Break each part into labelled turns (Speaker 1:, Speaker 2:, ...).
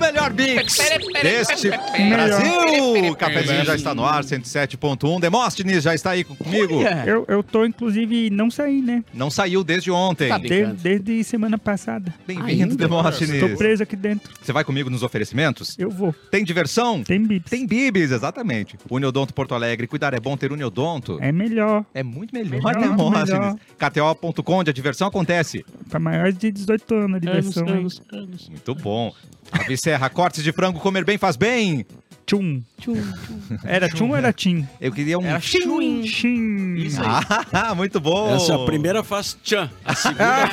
Speaker 1: melhor mix deste Brasil. O cafezinho já está no ar, 107.1. Demóstenes já está aí comigo.
Speaker 2: Eu, eu tô, inclusive, não saí, né?
Speaker 1: Não saiu desde ontem.
Speaker 3: Tá
Speaker 2: De-
Speaker 3: brincando.
Speaker 2: desde semana passada.
Speaker 1: Bem-vindo,
Speaker 2: Tô
Speaker 1: Demóstenes.
Speaker 2: preso aqui dentro.
Speaker 1: Você vai comigo nos oferecimentos?
Speaker 2: Eu vou.
Speaker 1: Tem diversão?
Speaker 2: Tem bips.
Speaker 1: Tem bibis, exatamente. Uniodonto Porto Alegre. Cuidar é bom ter Uniodonto.
Speaker 2: É melhor.
Speaker 1: É muito melhor,
Speaker 2: Melhor,
Speaker 1: Demóstenes.
Speaker 2: melhor.
Speaker 1: KTO.com, onde a diversão acontece.
Speaker 2: Pra maiores de 18 anos a
Speaker 3: Anos,
Speaker 2: diversão, hein?
Speaker 3: anos, anos.
Speaker 1: Muito bom. Ravi Serra, cortes de frango, comer bem faz bem.
Speaker 2: Tchum.
Speaker 3: Tchum, tchum.
Speaker 2: Era tchum ou era tim?
Speaker 1: Eu queria um...
Speaker 4: Era
Speaker 1: tchim.
Speaker 2: Tchim.
Speaker 4: Isso aí.
Speaker 1: Ah, muito bom.
Speaker 4: Essa é primeira faz tchan. A segunda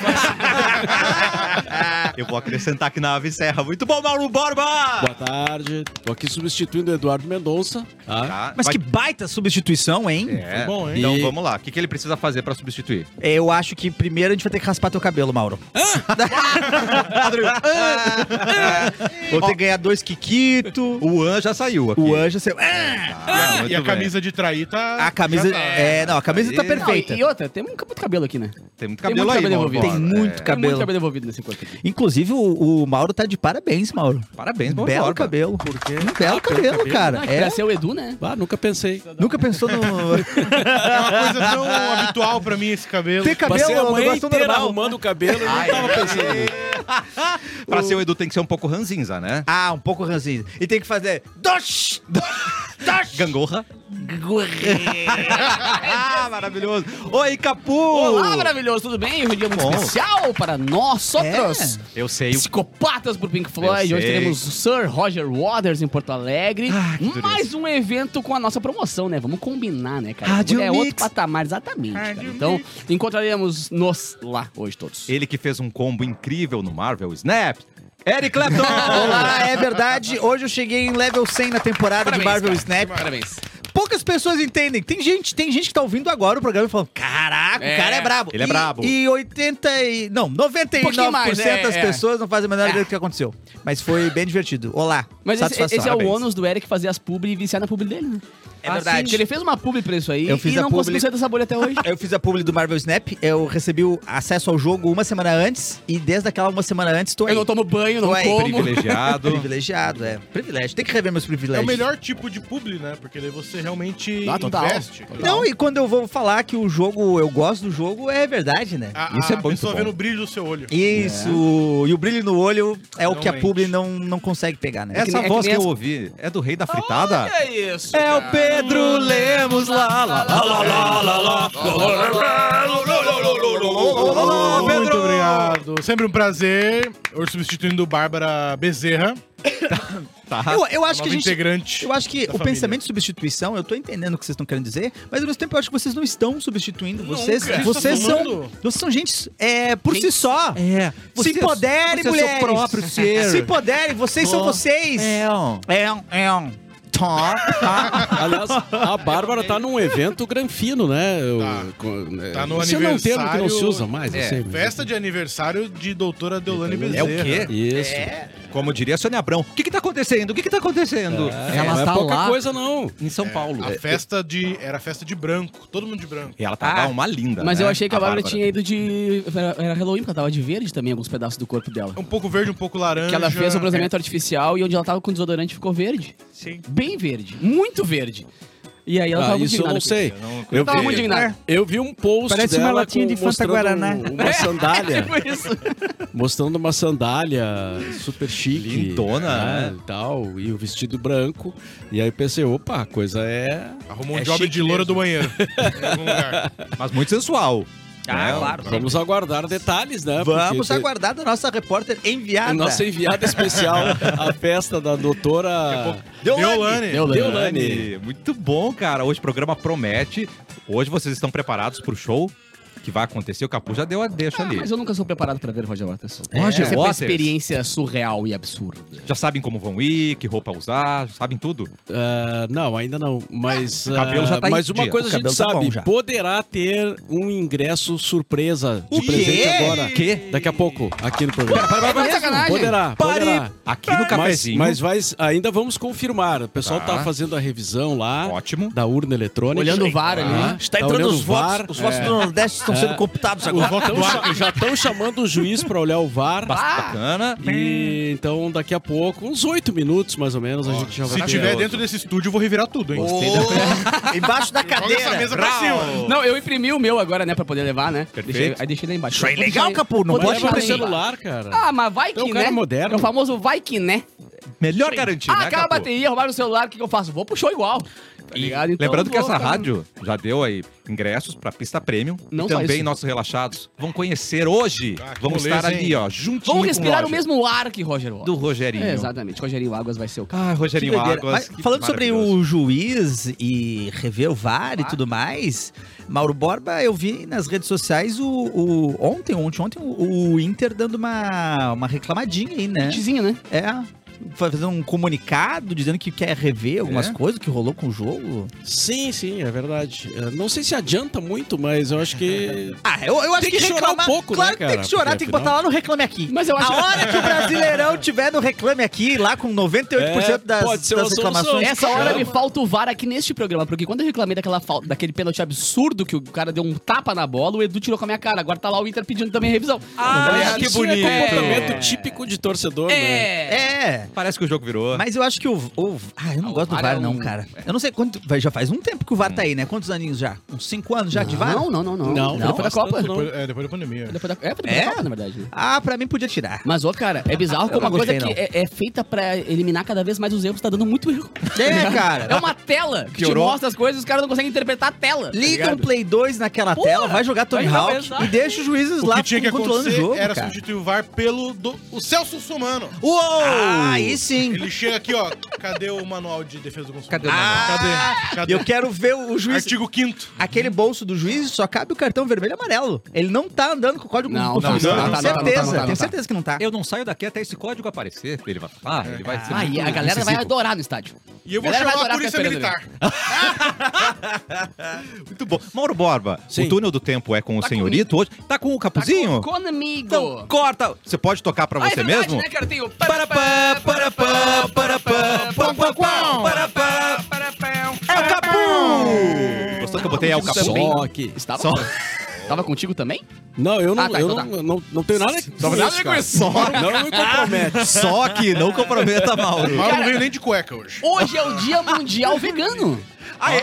Speaker 1: Eu vou acrescentar aqui na Ave Serra. Muito bom, Mauro Borba!
Speaker 4: Boa tarde. Tô aqui substituindo o Eduardo Mendonça. Tá?
Speaker 1: Tá,
Speaker 5: Mas
Speaker 1: vai-
Speaker 5: que baita substituição, hein?
Speaker 1: É.
Speaker 4: bom, hein?
Speaker 1: Então
Speaker 4: E-
Speaker 1: vamos lá. O que, que ele precisa fazer pra substituir?
Speaker 5: Eu acho que primeiro a gente vai ter que raspar teu cabelo, Mauro. Vou ter que ganhar dois Kikito.
Speaker 1: O An já saiu aqui.
Speaker 5: O anjo. Seu... Ah!
Speaker 1: Ah, muito
Speaker 6: e a
Speaker 1: bem.
Speaker 6: camisa de trair tá.
Speaker 5: A camisa.
Speaker 6: já tá.
Speaker 5: É, não, a camisa tá
Speaker 1: Aí-
Speaker 3: Não,
Speaker 5: perfeita.
Speaker 3: e, e outra, tem um muito cabelo aqui, né?
Speaker 1: Tem muito
Speaker 3: Tem
Speaker 1: cabelo
Speaker 3: muito
Speaker 1: aí,
Speaker 3: cabelo
Speaker 1: Mauro
Speaker 3: envolvido.
Speaker 5: Tem
Speaker 1: Borba.
Speaker 5: muito
Speaker 1: É.
Speaker 3: Tem muito
Speaker 5: cabelo.
Speaker 3: cabelo envolvido nesse corpo aqui.
Speaker 5: Inclusive, o, o Mauro tá de parabéns, Mauro.
Speaker 1: Parabéns,
Speaker 5: Um
Speaker 1: Mauro
Speaker 5: belo
Speaker 1: Borba.
Speaker 5: cabelo. Um belo cabelo, cara.
Speaker 3: Ah,
Speaker 5: É.
Speaker 3: Pra ser o Edu, né?
Speaker 4: Ah, nunca pensei.
Speaker 5: Nunca pensou no.
Speaker 6: É uma coisa tão habitual pra mim esse cabelo.
Speaker 5: Ter cabelo
Speaker 4: Passei
Speaker 5: é
Speaker 4: a
Speaker 5: um
Speaker 4: manhã
Speaker 5: negócio tão
Speaker 4: inteira
Speaker 5: normal.
Speaker 4: arrumando o cabelo e não
Speaker 1: Ai,
Speaker 4: tava
Speaker 1: ai.
Speaker 4: pensando. nisso.
Speaker 1: Pra ser o Edu tem que ser um pouco ranzinza, né?
Speaker 5: Ah, um pouco ranzinho. E tem que fazer. Dosh! Dosh!
Speaker 1: Gangorra. Ah, maravilhoso. Oi, Capu!
Speaker 3: Olá, maravilhoso, tudo bem? Hoje é um dia muito
Speaker 1: Bom.
Speaker 3: especial para
Speaker 5: É.
Speaker 3: nós outros.
Speaker 1: Eu sei. o-
Speaker 3: Psicopatas por Pink Floyd.
Speaker 1: Eu
Speaker 3: Hoje
Speaker 1: sei.
Speaker 3: teremos o Sir Roger Waters em Porto Alegre.
Speaker 5: Ah,
Speaker 1: que dureza.
Speaker 3: Mais um evento com a nossa promoção, né? Vamos combinar, né, cara?
Speaker 1: Rádio
Speaker 3: é outro
Speaker 1: Mix.
Speaker 3: patamar, exatamente. cara.
Speaker 2: Rádio
Speaker 3: Então, encontraremos nos lá hoje todos.
Speaker 1: Ele que fez um combo incrível no Marvel Snap. Eric Clapton!
Speaker 5: Olá, é verdade. Hoje eu cheguei em level 100 na temporada
Speaker 3: Parabéns,
Speaker 5: de Marvel
Speaker 3: cara.
Speaker 5: Snap.
Speaker 3: Parabéns.
Speaker 5: Poucas pessoas entendem. Tem gente, tem gente que tá ouvindo agora o programa e falando: "Caraca,
Speaker 3: É, Um
Speaker 5: o cara é brabo".
Speaker 1: ele é
Speaker 5: E-
Speaker 1: brabo.
Speaker 5: E 80 e não, 99%
Speaker 3: Pouquinho mais, né?
Speaker 5: das
Speaker 3: É.
Speaker 5: pessoas não fazem a menor
Speaker 3: É.
Speaker 5: ideia do que aconteceu. Mas foi bem divertido. Olá.
Speaker 3: Mas esse,
Speaker 5: satisfação.
Speaker 3: esse é o
Speaker 5: Parabéns.
Speaker 3: ônus do Eric fazer as publi e viciar na publi dele, né?
Speaker 5: É verdade.
Speaker 3: Porque ele fez uma publi pra isso aí
Speaker 5: Eu fiz
Speaker 3: e
Speaker 5: a
Speaker 3: não
Speaker 5: publi-
Speaker 3: conseguiu sair dessa bolha até hoje.
Speaker 5: Eu fiz a publi do Marvel Snap, eu recebi o acesso ao jogo uma semana antes, e desde aquela uma semana antes tô aí.
Speaker 3: Eu não tomo banho, não
Speaker 5: Ué,
Speaker 3: como.
Speaker 1: é Privilegiado.
Speaker 5: Privilegiado, é. Privilégio. Tem que rever meus
Speaker 6: É
Speaker 5: privilégios.
Speaker 6: o melhor tipo de publi, né? Porque daí você realmente
Speaker 3: Ah, total.
Speaker 6: investe.
Speaker 3: Total.
Speaker 5: Não, e quando eu vou falar que o jogo, eu gosto do jogo, é verdade, né?
Speaker 6: A,
Speaker 1: Isso
Speaker 6: Isso
Speaker 1: é
Speaker 6: é
Speaker 1: muito
Speaker 6: bom. Só
Speaker 1: bom.
Speaker 6: vendo o brilho do seu
Speaker 1: É.
Speaker 6: olho.
Speaker 5: Isso. E o brilho no olho é o que a
Speaker 6: Realmente.
Speaker 5: publi não, não consegue pegar, né?
Speaker 1: Essa
Speaker 3: nem- é que
Speaker 1: voz que,
Speaker 3: nem
Speaker 1: eu
Speaker 3: as-
Speaker 1: ouvi é do Rei da Fritada?
Speaker 3: É isso.
Speaker 5: É o Pedro Lemos lá, lá, lá, lá, lá, lá, lá.
Speaker 1: Olá,
Speaker 6: Muito
Speaker 1: Pedro!
Speaker 6: obrigado. Sempre um prazer. Hoje substituindo Bárbara Bezerra,
Speaker 1: Tá.
Speaker 5: Eu, eu acho
Speaker 6: nova
Speaker 5: que a gente...
Speaker 6: integrante.
Speaker 5: Eu acho que o
Speaker 6: da família.
Speaker 5: pensamento de substituição, eu tô entendendo o que vocês estão querendo dizer, mas ao mesmo tempo eu acho que vocês não estão substituindo. Vocês,
Speaker 6: Vocês estão
Speaker 5: vocês são.
Speaker 6: somando.
Speaker 5: Vocês são gente é, por si só.
Speaker 1: É.
Speaker 5: Se empoderem, mulheres. Se
Speaker 1: Se
Speaker 5: empoderem, vocês são vocês. É, um, é. um. Tá.
Speaker 4: Aliás, a Bárbara tá num evento granfino, né? Eu,
Speaker 6: Tá.
Speaker 4: com- é,
Speaker 6: Tá no
Speaker 4: esse é um termo que não se
Speaker 6: aniversário-
Speaker 4: usa mais, assim?
Speaker 1: É,
Speaker 4: eu sei. mas-
Speaker 6: Festa de aniversário de doutora Deolane Bezerra.
Speaker 1: É o quê?
Speaker 4: Isso.
Speaker 1: Como diria a Sônia Abrão. O que que tá acontecendo? O que que tá acontecendo?
Speaker 3: Ela
Speaker 4: não é
Speaker 3: tá
Speaker 4: pouca
Speaker 3: lá.
Speaker 4: coisa, não.
Speaker 1: Em São Paulo.
Speaker 6: A festa de. Era festa de branco. Todo mundo de branco.
Speaker 1: E ela tava
Speaker 3: Ah,
Speaker 1: uma linda,
Speaker 3: Mas eu
Speaker 1: né?
Speaker 3: achei que a Bárbara tinha ido de. Era era Halloween, porque ela tava de verde também, alguns pedaços do corpo dela.
Speaker 6: Um é. pouco verde, um pouco laranja.
Speaker 3: Que ela fez o bronzeamento artificial e onde ela tava com desodorante ficou verde.
Speaker 2: Sim.
Speaker 3: Bem verde. Muito verde. E aí ela
Speaker 4: Ah,
Speaker 3: tava muito
Speaker 4: isso eu
Speaker 3: indignada
Speaker 4: não
Speaker 3: com
Speaker 4: sei.
Speaker 3: Eu tava
Speaker 4: vi-
Speaker 3: muito indignado.
Speaker 4: Eu vi um post
Speaker 2: Parece uma
Speaker 4: dela
Speaker 2: latinha de
Speaker 4: com-
Speaker 2: Fanta
Speaker 4: mostrando
Speaker 2: Guaraná. É,
Speaker 4: um- uma sandália.
Speaker 3: Tipo isso.
Speaker 4: mostrando uma sandália super chique.
Speaker 1: Lindona,
Speaker 5: é.
Speaker 1: né?
Speaker 4: E tal, e o vestido branco. E aí eu pensei, opa, a coisa é...
Speaker 6: Arrumou um
Speaker 1: É
Speaker 6: job
Speaker 1: chique
Speaker 6: de loura
Speaker 1: mesmo.
Speaker 6: do banheiro. em algum lugar.
Speaker 1: Mas muito sensual.
Speaker 3: Ah,
Speaker 5: Ah,
Speaker 1: né?
Speaker 4: Vamos aguardar detalhes, né?
Speaker 5: Vamos
Speaker 4: Porque
Speaker 5: aguardar da nossa repórter enviada.
Speaker 4: A nossa enviada especial à festa da doutora
Speaker 6: Deolane.
Speaker 3: Deolane.
Speaker 4: Deolane.
Speaker 1: Muito bom, cara. Hoje o programa promete. Hoje vocês estão preparados pro show que vai acontecer. O Capu já deu a deixa
Speaker 3: Ah,
Speaker 1: ali.
Speaker 3: mas eu nunca sou preparado pra ver Roger Waters.
Speaker 1: Roger
Speaker 3: Essa é uma
Speaker 1: Waters?
Speaker 3: experiência surreal e absurda.
Speaker 1: Já sabem como vão ir, que roupa usar, sabem tudo.
Speaker 4: Ah, não, ainda não. Mas,
Speaker 1: O cabelo
Speaker 4: ah,
Speaker 1: já tá em
Speaker 4: mas uma
Speaker 1: dia.
Speaker 4: coisa
Speaker 5: O
Speaker 4: a gente
Speaker 5: cabelo tá bom
Speaker 4: sabe:
Speaker 5: já.
Speaker 4: poderá ter um ingresso surpresa de
Speaker 5: O
Speaker 4: presente
Speaker 5: quê?
Speaker 4: agora.
Speaker 5: O
Speaker 4: quê? Daqui a pouco, aqui no programa.
Speaker 3: Tá de sacanagem.
Speaker 4: Poderá, poderá.
Speaker 1: É Aqui no
Speaker 4: Mas,
Speaker 1: cafezinho.
Speaker 4: mas vai, ainda vamos confirmar. O pessoal tá,
Speaker 1: Tá.
Speaker 4: fazendo a revisão lá
Speaker 1: Ótimo.
Speaker 4: da urna eletrônica.
Speaker 3: Olhando o VAR ali.
Speaker 4: Ah,
Speaker 5: Está tá entrando
Speaker 4: olhando
Speaker 5: os
Speaker 4: o VAR.
Speaker 5: votos. É. Os votos do Nordeste estão sendo computados
Speaker 4: Os
Speaker 5: agora.
Speaker 4: votos tão cha- já estão chamando o juiz para olhar o VAR.
Speaker 3: Ah.
Speaker 1: Bacana.
Speaker 4: E então daqui a pouco, uns oito minutos mais ou menos, a gente já vai
Speaker 6: Se
Speaker 4: ter
Speaker 6: tiver
Speaker 4: o-
Speaker 6: dentro desse estúdio, eu vou revirar tudo, hein?
Speaker 5: Ô, Embaixo da
Speaker 6: Joga essa mesa
Speaker 5: cadeira.
Speaker 6: pra cima.
Speaker 3: Não, eu imprimi o meu agora, né, pra poder levar, né?
Speaker 1: Perfeito.
Speaker 3: Deixei, aí deixei lá embaixo.
Speaker 5: Isso aí é
Speaker 3: Vou
Speaker 5: legal,
Speaker 3: deixar-
Speaker 5: Capu, não
Speaker 3: vou
Speaker 5: pode
Speaker 3: deixar
Speaker 4: Leva
Speaker 5: falar
Speaker 4: no
Speaker 3: lá
Speaker 4: celular, cara.
Speaker 3: Ah, mas vai que,
Speaker 4: É um
Speaker 3: né?
Speaker 4: cara moderno.
Speaker 3: É o famoso vai que, né?
Speaker 1: Melhor garantir,
Speaker 3: ah,
Speaker 1: né,
Speaker 3: acaba a
Speaker 1: Capu?
Speaker 3: bateria, roubaram o celular, o que, que eu faço? Vou pro show igual. Tá
Speaker 1: E
Speaker 3: ligado? Então,
Speaker 1: lembrando que
Speaker 3: vou
Speaker 1: essa
Speaker 3: ficar-
Speaker 1: rádio já deu aí ingressos para pista premium
Speaker 3: Não
Speaker 1: e
Speaker 3: só
Speaker 1: também
Speaker 3: isso.
Speaker 1: nossos relaxados vão conhecer hoje.
Speaker 6: Ah, que
Speaker 1: Vamos
Speaker 6: moleza,
Speaker 1: estar ali,
Speaker 6: hein?
Speaker 1: ó, juntinho com
Speaker 3: Vamos respirar o
Speaker 1: Roger.
Speaker 3: mesmo ar que Roger Waters.
Speaker 1: do Rogerinho.
Speaker 3: É, exatamente, Rogerinho Águas vai ser o cara.
Speaker 1: Ah,
Speaker 5: Que
Speaker 1: Rogerinho
Speaker 5: doideira.
Speaker 1: Águas.
Speaker 5: Mas
Speaker 1: que
Speaker 5: falando sobre
Speaker 1: maravilhoso.
Speaker 5: o juiz e rever o VAR e tudo mais, Mauro Borba, eu vi nas redes sociais o, o- ontem, ontem, ontem, o, o Inter dando uma, uma reclamadinha aí, né?
Speaker 3: Tizinho, né?
Speaker 5: É. Fazendo um comunicado dizendo que quer rever algumas
Speaker 1: É?
Speaker 5: coisas que rolou com o jogo.
Speaker 4: Sim, sim, é verdade. Eh, Não sei se adianta muito, mas eu acho que
Speaker 5: Ah, eu, eu acho
Speaker 4: Tem que chorar um pouco,
Speaker 5: claro
Speaker 4: né,
Speaker 5: que tem
Speaker 4: cara?
Speaker 5: que chorar,
Speaker 4: Porque,
Speaker 5: tem que
Speaker 4: afinal-
Speaker 5: botar lá no Reclame Aqui.
Speaker 3: Mas eu acho-
Speaker 5: A hora que o Brasileirão tiver no Reclame Aqui, lá com 98%
Speaker 4: É,
Speaker 5: das,
Speaker 4: pode ser
Speaker 5: das
Speaker 4: uma solução.
Speaker 5: reclamações.
Speaker 4: Essa
Speaker 3: Essa hora
Speaker 4: Chama.
Speaker 3: me falta o VAR aqui neste programa, porque quando eu reclamei daquela falta, daquele pênalti absurdo que o cara deu um tapa na bola, o Edu tirou com a minha cara. Agora tá lá o Inter pedindo também revisão.
Speaker 1: Ah, que
Speaker 4: isso
Speaker 1: bonito.
Speaker 4: é comportamento
Speaker 3: É.
Speaker 4: típico de torcedor, né?
Speaker 3: é.
Speaker 5: É.
Speaker 1: Parece que o jogo virou.
Speaker 5: Mas eu acho que o. o- ah, eu não
Speaker 3: Ah, o
Speaker 5: gosto do
Speaker 3: VAR é Hum.
Speaker 5: VAR, não,
Speaker 3: um-
Speaker 5: cara. Eu não sei quanto. vai, Já faz um tempo que o VAR tá aí, né? Quantos aninhos já? Uns cinco anos já de VAR?
Speaker 3: Não, não, não, não.
Speaker 4: Não,
Speaker 3: Foi depois da
Speaker 4: faz
Speaker 3: Copa.
Speaker 4: tanto não.
Speaker 6: Depois, é, depois da pandemia.
Speaker 3: Foi Depois da... É, foi depois
Speaker 5: É?
Speaker 3: da Copa, na verdade. né?
Speaker 5: Ah, pra mim podia tirar.
Speaker 3: Mas, ô, cara, é bizarro
Speaker 5: Eu
Speaker 3: como
Speaker 5: não
Speaker 3: uma coisa
Speaker 5: gostei,
Speaker 3: que é, é feita pra eliminar cada vez mais os erros, tá dando muito erro.
Speaker 5: É, cara.
Speaker 3: É uma tela que
Speaker 1: Piorou.
Speaker 3: te mostra as coisas e os caras não conseguem interpretar a tela. tá
Speaker 5: Liga um
Speaker 3: ligado?
Speaker 5: Play 2 naquela
Speaker 3: Porra,
Speaker 5: tela, vai jogar Tony
Speaker 3: vai jogar
Speaker 5: Hawk
Speaker 3: pesado.
Speaker 5: e deixa os juízes
Speaker 6: O
Speaker 5: lá
Speaker 6: que tinha que
Speaker 5: controlando o
Speaker 6: acontecer
Speaker 5: jogo.
Speaker 6: era
Speaker 5: cara.
Speaker 6: substituir o VAR pelo do- o Celso Sumano.
Speaker 5: Uou! Ah, aí sim.
Speaker 6: Ele chega aqui, ó. Cadê o manual de defesa do consumidor?
Speaker 1: Cadê o manual?
Speaker 5: Ah,
Speaker 6: Cadê? Cadê?
Speaker 5: Eu quero ver o juiz.
Speaker 6: Artigo 5
Speaker 5: Aquele bolso do juiz só cabe o cartão vermelho e amarelo. Ele não tá andando com o código
Speaker 3: Não,
Speaker 5: do
Speaker 3: não,
Speaker 5: juiz.
Speaker 6: não, não,
Speaker 5: Tenho
Speaker 6: não,
Speaker 3: não, não,
Speaker 5: certeza.
Speaker 3: não, não, não,
Speaker 5: Tenho
Speaker 3: não.
Speaker 5: certeza que não tá.
Speaker 1: Eu não saio daqui até esse código aparecer. Ele vai falar,
Speaker 5: É.
Speaker 1: ele vai ser.
Speaker 3: Aí
Speaker 1: muito
Speaker 3: Ah, a galera vai
Speaker 1: incisivo.
Speaker 3: adorar no estádio.
Speaker 6: E eu vou
Speaker 3: Galera, vai
Speaker 6: chamar a
Speaker 3: adorar
Speaker 6: polícia
Speaker 3: ficar esperando,
Speaker 6: militar.
Speaker 1: Muito bom. Mauro Borba,
Speaker 4: Sim.
Speaker 1: o túnel do tempo é com o
Speaker 3: Tá
Speaker 1: senhorito hoje. Tá com o capuzinho?
Speaker 3: Conamigo.
Speaker 1: então corta. Você pode tocar pra você mesmo?
Speaker 3: Né, cara? Tem o...
Speaker 1: Parapá, parapá, parapá, pam, pam, pam, parapá. É o Capu! Gostou que eu botei é o Capu?
Speaker 3: Também.
Speaker 4: Só que...
Speaker 3: Estava?
Speaker 1: Só-
Speaker 3: Tava contigo também?
Speaker 4: Não, eu não,
Speaker 3: Ah, tá,
Speaker 4: eu
Speaker 3: então
Speaker 4: não, não, não tenho nada com
Speaker 1: Não, nada
Speaker 4: isso,
Speaker 1: com
Speaker 4: cara.
Speaker 1: isso.
Speaker 3: Ah,
Speaker 4: Não me compromete.
Speaker 1: Só que não comprometa Mauro.
Speaker 6: Mas não veio nem de cueca hoje.
Speaker 3: Hoje é o Dia Mundial Vegano.
Speaker 1: Aê!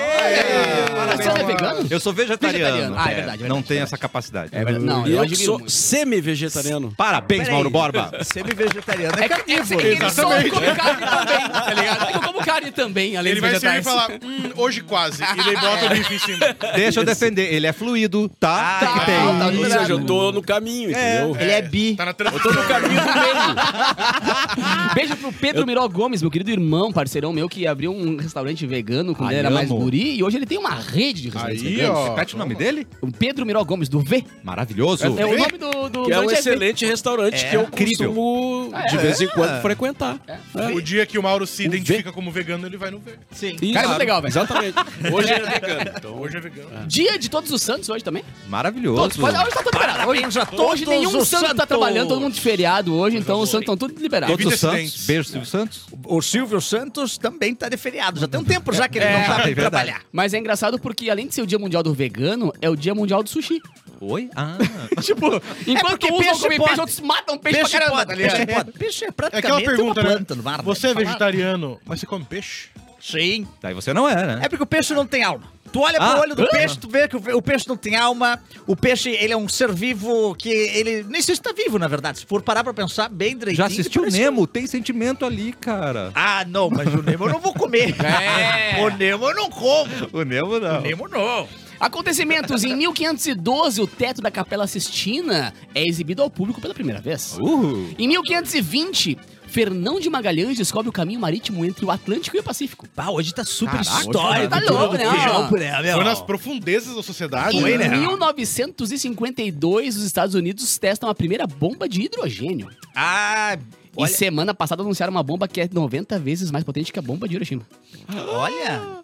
Speaker 3: Você não é vegano?
Speaker 1: Eu sou vegetariano.
Speaker 3: Vegetariano. Ah, é verdade,
Speaker 1: Não
Speaker 3: verdade,
Speaker 1: tenho
Speaker 3: verdade.
Speaker 1: essa capacidade.
Speaker 3: É verdade. Não,
Speaker 4: E
Speaker 3: eu
Speaker 4: eu que
Speaker 3: admiro
Speaker 4: sou
Speaker 3: muito.
Speaker 4: semi-vegetariano.
Speaker 1: Parabéns,
Speaker 5: Peraí.
Speaker 1: Mauro Borba.
Speaker 5: Semi-vegetariano é,
Speaker 3: É que é que
Speaker 5: carnívoro.
Speaker 3: ele só come carne também, tá ligado? É que Eu como carne também, além
Speaker 6: Ele
Speaker 3: dos
Speaker 6: vai sair e
Speaker 3: vegetais.
Speaker 6: falar, hum, hoje quase. E daí bota o bife em cima.
Speaker 1: Deixa eu defender. Ele é fluido, tá?
Speaker 3: Ah,
Speaker 1: que tem.
Speaker 3: tá, tá.
Speaker 4: Ou seja, eu tô no caminho, entendeu?
Speaker 5: Ele é bi.
Speaker 6: Tá na
Speaker 4: Eu tô
Speaker 6: transição.
Speaker 4: no caminho do meio.
Speaker 3: Beijo pro Pedro Miró Gomes, meu querido irmão, parceirão meu, que abriu um restaurante vegano quando
Speaker 1: Ai,
Speaker 3: ele era mais
Speaker 1: amo.
Speaker 3: guri. E hoje ele tem uma rede de restaurantes
Speaker 6: Aí,
Speaker 3: veganos.
Speaker 6: ó.
Speaker 1: Repete o nome dele?
Speaker 3: O Pedro Miró Gomes, do V.
Speaker 1: Maravilhoso.
Speaker 3: É o nome do... do
Speaker 4: Que é um
Speaker 3: restaurante
Speaker 4: excelente restaurante
Speaker 3: É,
Speaker 4: que eu
Speaker 1: incrível.
Speaker 4: costumo de vez em quando frequentar. É.
Speaker 6: O dia que o Mauro se identifica como vegano, ele vai no ver.
Speaker 5: Sim.
Speaker 4: Isso,
Speaker 3: Cara, é muito legal, velho.
Speaker 4: Exatamente. Hoje é vegano. Então,
Speaker 6: Hoje é vegano.
Speaker 3: Dia de Todos os Santos hoje também. Todos.
Speaker 1: Maravilhoso.
Speaker 3: Mas hoje tá tudo liberado. Hoje, hoje nenhum
Speaker 5: os
Speaker 3: santo tá
Speaker 5: santos.
Speaker 3: trabalhando, todo mundo de feriado hoje, então os santos estão tudo liberados.
Speaker 1: Todos os
Speaker 6: Evita
Speaker 1: Santos.
Speaker 6: acidentes.
Speaker 1: Beijo, Silvio Santos.
Speaker 5: O Silvio Santos também tá de feriado. Já tem um tempo já que ele não tá pra
Speaker 1: é verdade.
Speaker 5: trabalhar.
Speaker 3: Mas é engraçado porque além de ser o Dia Mundial do Vegano, é o Dia Mundial do Sushi.
Speaker 1: Oi? Ah.
Speaker 3: tipo, enquanto
Speaker 5: É porque
Speaker 3: uns não
Speaker 5: peixe
Speaker 3: comem
Speaker 5: pode.
Speaker 3: peixe, outros matam peixe, pra caramba, tá ligado?
Speaker 5: peixe pode. Peixe é
Speaker 6: É aquela
Speaker 5: praticamente
Speaker 6: pergunta,
Speaker 5: uma
Speaker 6: né?
Speaker 5: planta no mar. né?
Speaker 6: Você é vegetariano, mas você come peixe?
Speaker 5: Sim.
Speaker 1: Daí você não é, né?
Speaker 5: É porque o peixe não tem alma. Tu olha
Speaker 1: Ah.
Speaker 5: pro olho do
Speaker 1: Ah.
Speaker 5: peixe, tu vê que o o peixe não tem alma. O peixe, ele é um ser vivo que ele nem sei se tá vivo, na verdade. Se for parar pra pensar bem
Speaker 3: É,
Speaker 1: Já
Speaker 5: direitinho...
Speaker 1: assistiu o
Speaker 5: parece-
Speaker 1: Nemo? Tem sentimento ali, cara.
Speaker 5: Ah, não, mas o Nemo eu não vou comer.
Speaker 3: É.
Speaker 5: O Nemo eu não como.
Speaker 1: O Nemo não.
Speaker 5: O Nemo não.
Speaker 3: Acontecimentos, em 1512, o teto da Capela Sistina é exibido ao público pela primeira vez.
Speaker 1: Uhul.
Speaker 3: Em 1520, Fernão de Magalhães descobre o caminho marítimo entre o Atlântico e o Pacífico.
Speaker 5: Pá, hoje tá super
Speaker 1: Caraca,
Speaker 5: histórico.
Speaker 3: tá louco, né?
Speaker 5: Feijão, né, meu?
Speaker 6: Foi nas profundezas da sociedade.
Speaker 5: Foi,
Speaker 3: Em
Speaker 5: né?
Speaker 3: 1952, os Estados Unidos testam a primeira bomba de hidrogênio.
Speaker 5: Ah,
Speaker 3: E
Speaker 5: olha,
Speaker 3: semana passada anunciaram uma bomba que é 90 vezes mais potente que a bomba de Hiroshima.
Speaker 5: olha.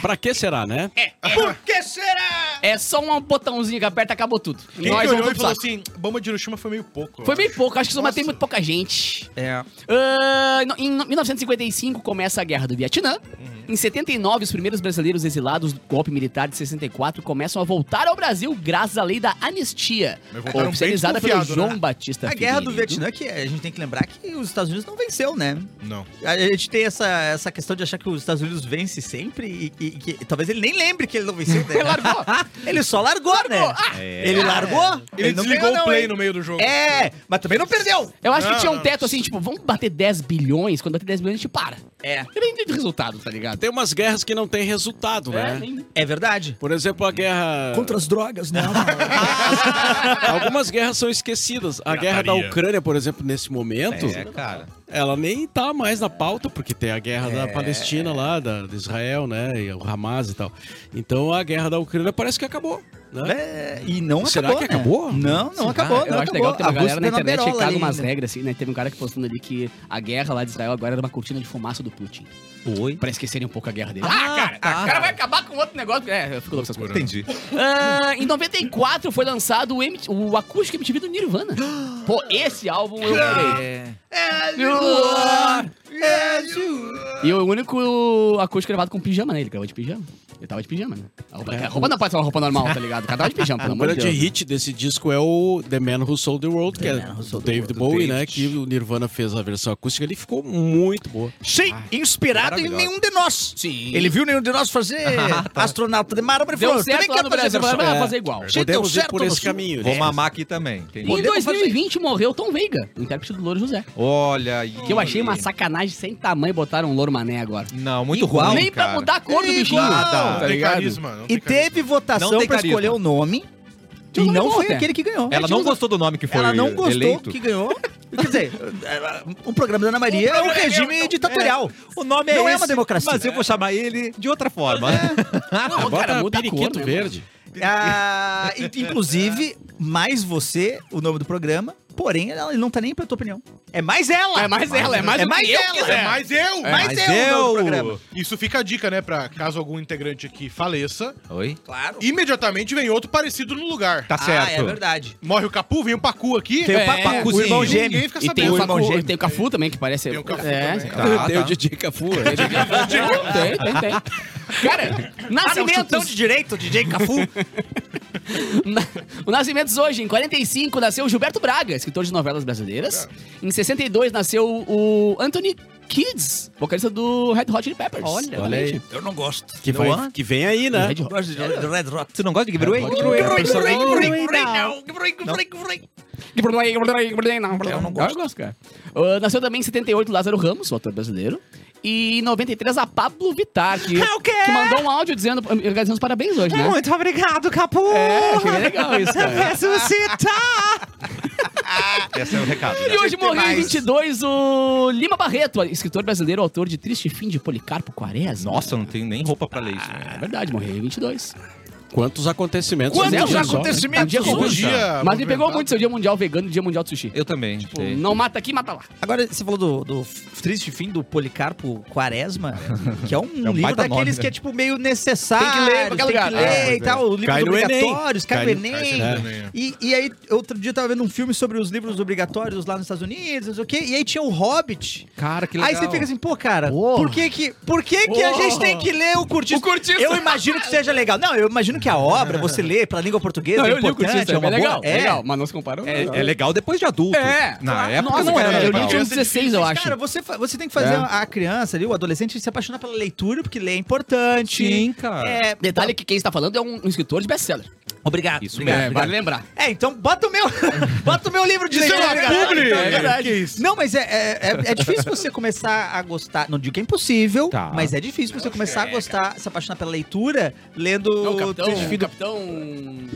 Speaker 4: pra que será, né?
Speaker 5: Por que será?
Speaker 3: É só um botãozinho que aperta, acabou tudo.
Speaker 6: Quem
Speaker 3: Nós
Speaker 6: que
Speaker 3: vamos
Speaker 6: olhou
Speaker 3: pro
Speaker 6: e falou
Speaker 3: saco.
Speaker 6: assim, bomba de Hiroshima foi meio pouco. eu
Speaker 3: Foi bem
Speaker 6: acho.
Speaker 3: pouco, acho que só
Speaker 6: Nossa.
Speaker 3: matei muito pouca gente.
Speaker 5: É.
Speaker 3: Ah, no- em no- 1955 começa a Guerra do Vietnã.
Speaker 6: Uhum.
Speaker 3: Em 79, os primeiros brasileiros exilados do golpe militar de 64 começam a voltar ao Brasil graças à lei da anistia,
Speaker 6: Mas voltaram bem
Speaker 3: oficializada pelo
Speaker 6: desconfiado, né?
Speaker 3: João Batista
Speaker 5: A guerra do
Speaker 3: Figueiredo.
Speaker 5: Vietnã, que a gente tem que lembrar que os Estados Unidos não venceu, né?
Speaker 6: Não.
Speaker 5: A gente tem essa, essa questão de achar que os Estados Unidos vence sempre e, e- e que talvez ele nem lembre que ele não venceu, né?
Speaker 3: Ele largou.
Speaker 5: Ele só largou, né? Ele largou?
Speaker 6: Ele,
Speaker 5: não
Speaker 6: desligou
Speaker 5: ganhou, não,
Speaker 6: o play
Speaker 5: hein?
Speaker 6: no meio do jogo.
Speaker 5: É, mas também não perdeu.
Speaker 3: Eu acho
Speaker 6: Não,
Speaker 3: que tinha
Speaker 6: não.
Speaker 3: um teto assim, tipo, vamos bater 10 bilhões, quando bater 10 bilhões a gente para.
Speaker 5: É,
Speaker 3: Eu nem entendo resultado, tá ligado?
Speaker 4: Tem umas guerras que não tem resultado, né?
Speaker 3: nem-
Speaker 5: é verdade.
Speaker 4: Por exemplo, a guerra.
Speaker 5: as drogas, né?
Speaker 4: Algumas guerras são esquecidas. A guerra da
Speaker 6: Pirataria.
Speaker 4: Ucrânia, por exemplo, nesse
Speaker 3: É,
Speaker 4: momento,
Speaker 5: cara.
Speaker 4: ela nem tá mais na pauta, porque tem a guerra da Palestina lá, da, de Israel, né? E o Hamas e tal. Então a guerra da Ucrânia parece que acabou. Né?
Speaker 5: É, e não
Speaker 4: Será
Speaker 5: acabou,
Speaker 4: que
Speaker 5: né?
Speaker 4: acabou?
Speaker 5: Não, não
Speaker 4: Será?
Speaker 5: acabou, não
Speaker 3: eu acho
Speaker 5: acabou.
Speaker 3: legal que tem uma
Speaker 5: A Rússia
Speaker 3: galera na
Speaker 5: tá
Speaker 3: internet que
Speaker 5: berola
Speaker 3: caga
Speaker 5: ainda.
Speaker 3: umas regras assim, né? Teve um cara que postando ali que a guerra lá de Israel agora era uma cortina de fumaça do Putin.
Speaker 5: Oi?
Speaker 3: Pra esquecerem um pouco a guerra dele.
Speaker 5: Ah, tá.
Speaker 3: o cara vai acabar com outro negócio. É, eu fico louco com essas coisas.
Speaker 1: Entendi.
Speaker 3: Ah, em 94 foi lançado o, M- o acústico MTV do Nirvana. Pô, esse álbum eu pirei. é E o único acústico gravado com pijama, né? Ele gravou de pijama. Ele tava de pijama, né? A roupa, a roupa não pode ser uma roupa normal, tá ligado? O cara tava de pijama, pelo
Speaker 4: O
Speaker 3: amor de
Speaker 4: grande
Speaker 3: Deus.
Speaker 4: hit desse disco é o The Man Who Sold the World, que é
Speaker 5: Man Who
Speaker 4: do
Speaker 5: Sold
Speaker 4: David
Speaker 1: World, do
Speaker 4: Bowie,
Speaker 1: David.
Speaker 4: né? Que o Nirvana fez a versão acústica ele ficou muito boa.
Speaker 5: Sim, inspirado em nenhum de nós.
Speaker 3: Sim.
Speaker 5: Ele viu nenhum de nós fazer astronauta de mármore e
Speaker 3: deu
Speaker 5: falou, também
Speaker 3: certo lá
Speaker 5: quero
Speaker 3: no
Speaker 5: fazer
Speaker 3: Brasil, mas
Speaker 5: versão.
Speaker 3: vai
Speaker 4: É.
Speaker 3: fazer igual.
Speaker 5: Sim, deu
Speaker 4: Podemos ir
Speaker 5: certo
Speaker 4: por
Speaker 5: no
Speaker 4: esse
Speaker 5: sul.
Speaker 4: caminho.
Speaker 1: Vou
Speaker 4: né?
Speaker 1: mamar aqui também. Entendi.
Speaker 3: E em
Speaker 5: Podemos fazer.
Speaker 3: 2020 morreu Tom Veiga, intérprete do Louro José.
Speaker 1: Olha aí.
Speaker 3: Que eu achei uma sacanagem sem tamanho botar um louro mané agora.
Speaker 1: Não, muito
Speaker 5: Igual.
Speaker 1: ruim,
Speaker 3: Nem pra
Speaker 1: cara.
Speaker 3: mudar a cor do
Speaker 5: Igual.
Speaker 3: bichinho.
Speaker 1: Nada.
Speaker 6: Não
Speaker 3: Tá
Speaker 6: tem
Speaker 3: ligado?
Speaker 6: carisma. Não
Speaker 5: E
Speaker 6: tem
Speaker 5: teve
Speaker 1: Não
Speaker 5: votação
Speaker 1: tem
Speaker 5: pra
Speaker 1: carisma.
Speaker 5: escolher o nome
Speaker 3: Tinha
Speaker 5: e
Speaker 3: um nome
Speaker 5: não
Speaker 3: bom
Speaker 5: foi
Speaker 3: até.
Speaker 5: aquele que ganhou.
Speaker 1: Ela não gostou do nome que foi
Speaker 5: Ela não gostou
Speaker 1: eleito.
Speaker 5: que ganhou. Quer dizer, eh, o programa da Ana Maria é um regime ditatorial.
Speaker 1: O nome é
Speaker 5: Não é
Speaker 1: esse,
Speaker 5: uma democracia.
Speaker 1: Mas eu vou chamar ele de outra forma.
Speaker 3: Não,
Speaker 4: Bota
Speaker 3: cara, muda a cor né?
Speaker 4: periquito
Speaker 3: mesmo.
Speaker 4: verde.
Speaker 5: Ah, e- inclusive, mais você, o nome do programa. Porém, ela não tá nem pra tua opinião. É mais ela!
Speaker 3: É mais ela, é mais
Speaker 5: é
Speaker 3: o que
Speaker 5: mais
Speaker 3: eu
Speaker 5: ela.
Speaker 6: carisma. É mais eu!
Speaker 5: mais
Speaker 1: Mas
Speaker 5: é o nome do
Speaker 1: eu...
Speaker 5: programa.
Speaker 6: Isso fica a dica, né? Pra caso algum integrante aqui faleça,
Speaker 1: Oi?
Speaker 5: Claro.
Speaker 6: imediatamente vem outro parecido no lugar.
Speaker 1: Tá
Speaker 5: Ah, é verdade.
Speaker 6: Morre o Capu, vem o Pacu aqui.
Speaker 5: Tem
Speaker 3: É,
Speaker 5: o Papacu, o irmão
Speaker 1: cozinho.
Speaker 5: gêmeo.
Speaker 6: Ninguém fica
Speaker 3: E tem
Speaker 6: sabendo.
Speaker 3: o,
Speaker 5: o irmão
Speaker 3: Cafu,
Speaker 5: gêmeo.
Speaker 3: tem o Cafu também, que parece...
Speaker 6: é Tem o Cafu
Speaker 3: é,
Speaker 6: também.
Speaker 1: Tá,
Speaker 4: Tem o
Speaker 1: tá.
Speaker 4: DJ Cafu.
Speaker 3: Tem, tem, tem. Cara, nascimentos...
Speaker 5: Alimentão de direito, DJ Cafu.
Speaker 3: Na- O Nascimentos hoje, em 45, nasceu Gilberto Braga, escritor de novelas brasileiras. Em 62, nasceu o Anthony Kids, vocalista do Red Hot Chili Peppers.
Speaker 5: Olha,
Speaker 4: Olha aí.
Speaker 5: Eu não gosto.
Speaker 4: Que, vai- que vem aí, né?
Speaker 3: Red Hot.
Speaker 5: gosto de de Red Rock.
Speaker 1: É. Você não gosta de Giveaway?
Speaker 3: Eu não gosto. Eu gosto, cara. Uh, nasceu também em 78, Lázaro Ramos, o ator brasileiro. E em 93, a Pablo Vittar, que,
Speaker 5: Ah, o quê?
Speaker 3: que mandou um áudio dizendo, agradecendo os parabéns hoje, né?
Speaker 5: Muito obrigado, Capu.
Speaker 3: É, achei bem legal isso, cara.
Speaker 5: Ressuscitar.
Speaker 1: Esse é o recado.
Speaker 3: E hoje morreu em
Speaker 5: Demais.
Speaker 3: 22 o Lima Barreto, escritor brasileiro, autor de Triste Fim de Policarpo Quaresma.
Speaker 1: Nossa, eu não tenho nem roupa pra ler isso. né?
Speaker 3: É verdade, morreu em 22.
Speaker 4: Quantos acontecimentos.
Speaker 5: Quantos
Speaker 4: Zé,
Speaker 3: Zé,
Speaker 4: olha só, né?
Speaker 3: Um
Speaker 5: acontecimentos?
Speaker 3: dia
Speaker 6: Um
Speaker 3: como hoje.
Speaker 6: dia
Speaker 3: Mas me pegou
Speaker 6: movimentado.
Speaker 3: muito seu dia mundial vegano e dia mundial de sushi.
Speaker 1: Eu também.
Speaker 3: Tipo,
Speaker 1: sei.
Speaker 3: não mata aqui, mata lá.
Speaker 5: Agora, você falou do, do f- triste fim do Policarpo Quaresma, que é um
Speaker 1: É um
Speaker 5: livro
Speaker 1: baita
Speaker 5: daqueles
Speaker 1: nome, né?
Speaker 5: que é, tipo, meio necessário.
Speaker 3: Tem que ler pra aquele lugar.
Speaker 5: ler
Speaker 6: É,
Speaker 5: e tal, livros
Speaker 4: Cai no
Speaker 5: obrigatórios,
Speaker 4: Enem.
Speaker 5: cai no
Speaker 4: Cai
Speaker 5: Enem.
Speaker 1: É.
Speaker 6: Cai no Enem.
Speaker 5: E, e aí, outro dia eu tava vendo um filme sobre os livros obrigatórios lá nos Estados Unidos, não sei o quê, e aí tinha o Hobbit.
Speaker 1: Cara, que
Speaker 5: Aí você fica assim, pô, cara,
Speaker 3: Porra.
Speaker 5: por que que, por que, que a
Speaker 3: Porra.
Speaker 5: gente tem que ler o Curtiço?
Speaker 3: O Curtiço.
Speaker 5: Eu imagino que seja legal. Não, eu imagino que a obra, você lê pra língua portuguesa, é importante, é uma
Speaker 3: bem
Speaker 5: boa...
Speaker 3: legal,
Speaker 4: né?
Speaker 3: legal, mas não se comparou.
Speaker 1: É,
Speaker 5: né?
Speaker 1: é legal depois de adulto.
Speaker 3: É.
Speaker 1: Na época,
Speaker 3: Nossa,
Speaker 1: não
Speaker 3: cara,
Speaker 1: era
Speaker 3: eu li
Speaker 1: legal.
Speaker 3: tinha uns
Speaker 6: Essa é
Speaker 3: 16, eu
Speaker 5: Mas,
Speaker 3: acho.
Speaker 5: Cara, você, fa- você tem que fazer a a criança ali, o adolescente, se apaixonar pela leitura, porque ler é importante.
Speaker 1: Sim, cara.
Speaker 5: É,
Speaker 3: Detalhe que quem está falando é um, um escritor de best-seller.
Speaker 5: Obrigado.
Speaker 1: Isso
Speaker 5: obrigado,
Speaker 1: mesmo.
Speaker 3: É,
Speaker 5: obrigado.
Speaker 3: vale lembrar.
Speaker 5: É, então bota o meu, bota o meu livro de
Speaker 6: Isso é
Speaker 5: leitura.
Speaker 6: uma
Speaker 5: galera.
Speaker 6: publi!
Speaker 5: Então, é verdade.
Speaker 6: Que isso?
Speaker 5: Não, mas é, é, é- é difícil você começar a gostar. Não digo que é impossível,
Speaker 1: Tá.
Speaker 5: mas é difícil você começar a gostar, se apaixonar pela leitura, lendo
Speaker 3: Não, É um capitão,
Speaker 5: Triste Fim do-
Speaker 3: capitão... um-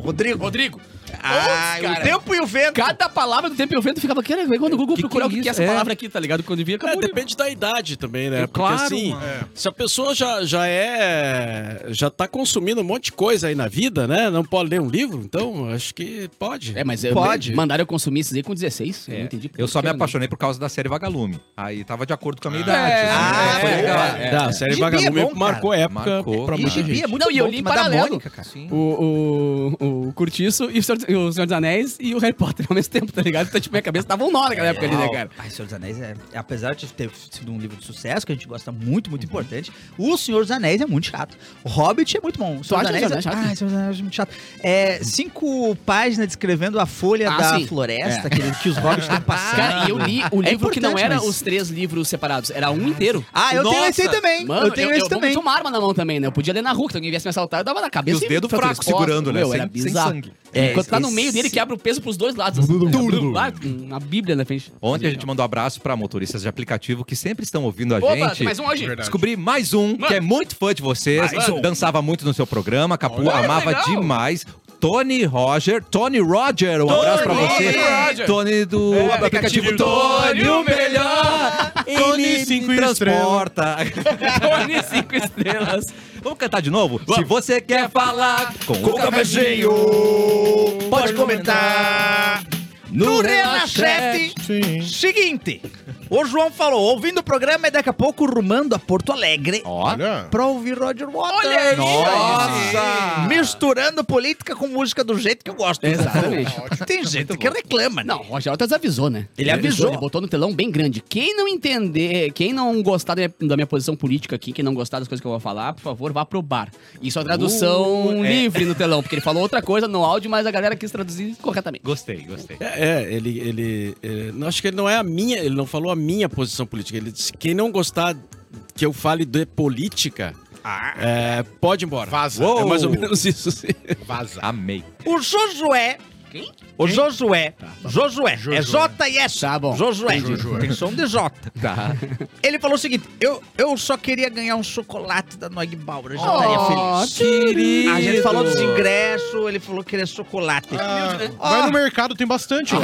Speaker 5: Rodrigo.
Speaker 3: Rodrigo.
Speaker 5: Ah,
Speaker 3: Putz, cara.
Speaker 5: o tempo e o vento.
Speaker 3: Cada palavra do tempo e o vento ficava... Quero ver quando o Google
Speaker 1: Que que
Speaker 3: procurar
Speaker 1: é
Speaker 3: o que, que é
Speaker 1: isso?
Speaker 3: essa
Speaker 1: É.
Speaker 3: palavra aqui, tá ligado? Quando via,
Speaker 4: É,
Speaker 3: acabou.
Speaker 4: depende da idade também, né?
Speaker 1: É
Speaker 4: Porque
Speaker 1: claro,
Speaker 4: assim,
Speaker 1: mano.
Speaker 6: É.
Speaker 4: se a pessoa já, já é. já tá consumindo um monte de coisa aí na vida, né? Não pode ler um livro, então acho que pode.
Speaker 3: É, mas eu,
Speaker 5: Pode. É.
Speaker 3: mandaram eu consumir isso aí com 16. Eu não entendi. por
Speaker 1: É. Eu só
Speaker 3: quê,
Speaker 1: me
Speaker 3: né?
Speaker 1: apaixonei por causa da série Vagalume. Aí tava de acordo com a
Speaker 3: É.
Speaker 1: minha idade.
Speaker 5: Ah,
Speaker 1: assim,
Speaker 5: foi
Speaker 1: né?
Speaker 5: legal.
Speaker 1: É.
Speaker 4: Tá, a série
Speaker 5: Gibi é
Speaker 4: Vagalume
Speaker 5: bom,
Speaker 4: marcou
Speaker 5: cara.
Speaker 4: época
Speaker 1: Marcou.
Speaker 4: pra
Speaker 1: E
Speaker 5: E
Speaker 4: muita
Speaker 5: gibi
Speaker 4: gente.
Speaker 5: é muito
Speaker 3: Não, e eu
Speaker 5: bom,
Speaker 3: li em
Speaker 5: mas da
Speaker 3: paralelo.
Speaker 5: Mônica, cara.
Speaker 1: Sim.
Speaker 3: O, o, o Curtiço e o Senhor, e o Senhor dos Anéis e o Harry Potter ao mesmo tempo, tá ligado? Então, tipo, minha cabeça tava um nó naquela época ali, né, cara?
Speaker 5: Ai, Senhor dos Anéis, é, apesar de ter sido um livro de sucesso, que a gente gosta muito,
Speaker 3: Uhum.
Speaker 5: muito importante, O Senhor dos Anéis é muito chato. O Hobbit é muito bom. O Senhor
Speaker 3: acha
Speaker 5: dos
Speaker 3: O Senhor
Speaker 5: Anéis é,
Speaker 3: dos Anéis chato? Uhum.
Speaker 5: Ah, o Senhor dos Anéis é muito chato. É, cinco páginas descrevendo a folha
Speaker 3: Ah,
Speaker 5: da
Speaker 3: sim.
Speaker 5: floresta que, que os hobbits estão passando.
Speaker 3: Cara, e eu li o
Speaker 5: É
Speaker 3: livro que não
Speaker 5: importante,
Speaker 3: era
Speaker 5: mas-
Speaker 3: os três livros separados, era um inteiro.
Speaker 5: Ah, eu tenho
Speaker 1: Nossa,
Speaker 5: esse aí também.
Speaker 3: Mano,
Speaker 5: eu tenho esse
Speaker 3: vou
Speaker 5: também.
Speaker 3: com uma arma na mão também, né? Eu podia ler na rua, que se alguém viesse me assaltar, eu dava na
Speaker 1: E
Speaker 3: cabeça.
Speaker 1: os
Speaker 3: e
Speaker 1: dedos
Speaker 3: foi outra
Speaker 1: fracos
Speaker 3: resposta.
Speaker 1: segurando, né?
Speaker 3: Meu,
Speaker 1: sem,
Speaker 3: era
Speaker 1: sem
Speaker 3: bizarro.
Speaker 1: sangue.
Speaker 5: É,
Speaker 3: Enquanto tá no
Speaker 5: esse-
Speaker 3: meio dele, quebra o peso pros dois lados. assim, né? Ah, Uma bíblia na frente.
Speaker 1: Ontem a gente mandou um abraço pra motoristas de aplicativo que sempre estão ouvindo a
Speaker 3: Opa,
Speaker 1: gente.
Speaker 3: tem mais um hoje.
Speaker 6: Verdade.
Speaker 1: Descobri mais um que é muito fã de vocês.
Speaker 3: Mais um.
Speaker 1: Dançava muito no seu programa, Capu
Speaker 3: Olha,
Speaker 1: amava
Speaker 3: legal.
Speaker 1: demais. Tony Roger, Tony Roger, um abraço pra você.
Speaker 3: Roger.
Speaker 1: Tony do aplicativo,
Speaker 6: aplicativo
Speaker 1: Tony,
Speaker 3: Tony,
Speaker 1: o
Speaker 3: o
Speaker 1: melhor. Ele
Speaker 6: cinco
Speaker 1: me transporta.
Speaker 3: Tony cinco estrelas.
Speaker 1: Vamos cantar de novo? Se você quer falar com, o cafezinho, pode comentar
Speaker 5: No
Speaker 1: Relaxete.
Speaker 5: Relaxete.
Speaker 6: Sim.
Speaker 5: é Seguinte, o João falou, ouvindo o programa e daqui a pouco rumando a Porto Alegre
Speaker 1: Ó,
Speaker 6: Olha.
Speaker 5: pra ouvir Roger Waters.
Speaker 3: Olha aí,
Speaker 1: Nossa!
Speaker 5: Misturando política com música do jeito que eu gosto.
Speaker 3: Exatamente.
Speaker 5: Tem gente que reclama, né?
Speaker 3: Não, o Roger Altas avisou, né?
Speaker 5: Ele avisou.
Speaker 3: Ele botou no telão bem grande. Quem não entender, quem não gostar da minha, da minha posição política aqui, quem não gostar das coisas que eu vou falar, por favor, vá pro bar. Isso é a tradução
Speaker 1: Uh, é.
Speaker 3: livre no telão, porque ele falou outra coisa no áudio, mas a galera quis traduzir corretamente.
Speaker 1: Gostei, gostei.
Speaker 4: É, é, ele, ele, ele- não, Acho que ele não é a minha. Ele não falou a minha posição política. Ele disse: quem não gostar que eu fale de política, é, pode ir embora.
Speaker 6: Vaza.
Speaker 1: Uou.
Speaker 4: É mais ou menos isso. Sim.
Speaker 6: Vaza.
Speaker 1: Amei.
Speaker 5: O Josué.
Speaker 3: Quem?
Speaker 5: O Josué. Josué.
Speaker 6: Tá, Josué.
Speaker 5: É J e S.
Speaker 3: Tá bom.
Speaker 5: Josué.
Speaker 6: Entendi. Josué.
Speaker 5: Tem som de J.
Speaker 1: Tá.
Speaker 5: Ele falou o seguinte: eu, eu só queria ganhar um chocolate da Nog Bauer. Eu já
Speaker 3: Oh.
Speaker 5: estaria feliz. A gente falou dos ingressos, ele falou que queria chocolate.
Speaker 6: Ah,
Speaker 5: Ah.
Speaker 6: Vai no mercado, tem bastante lá.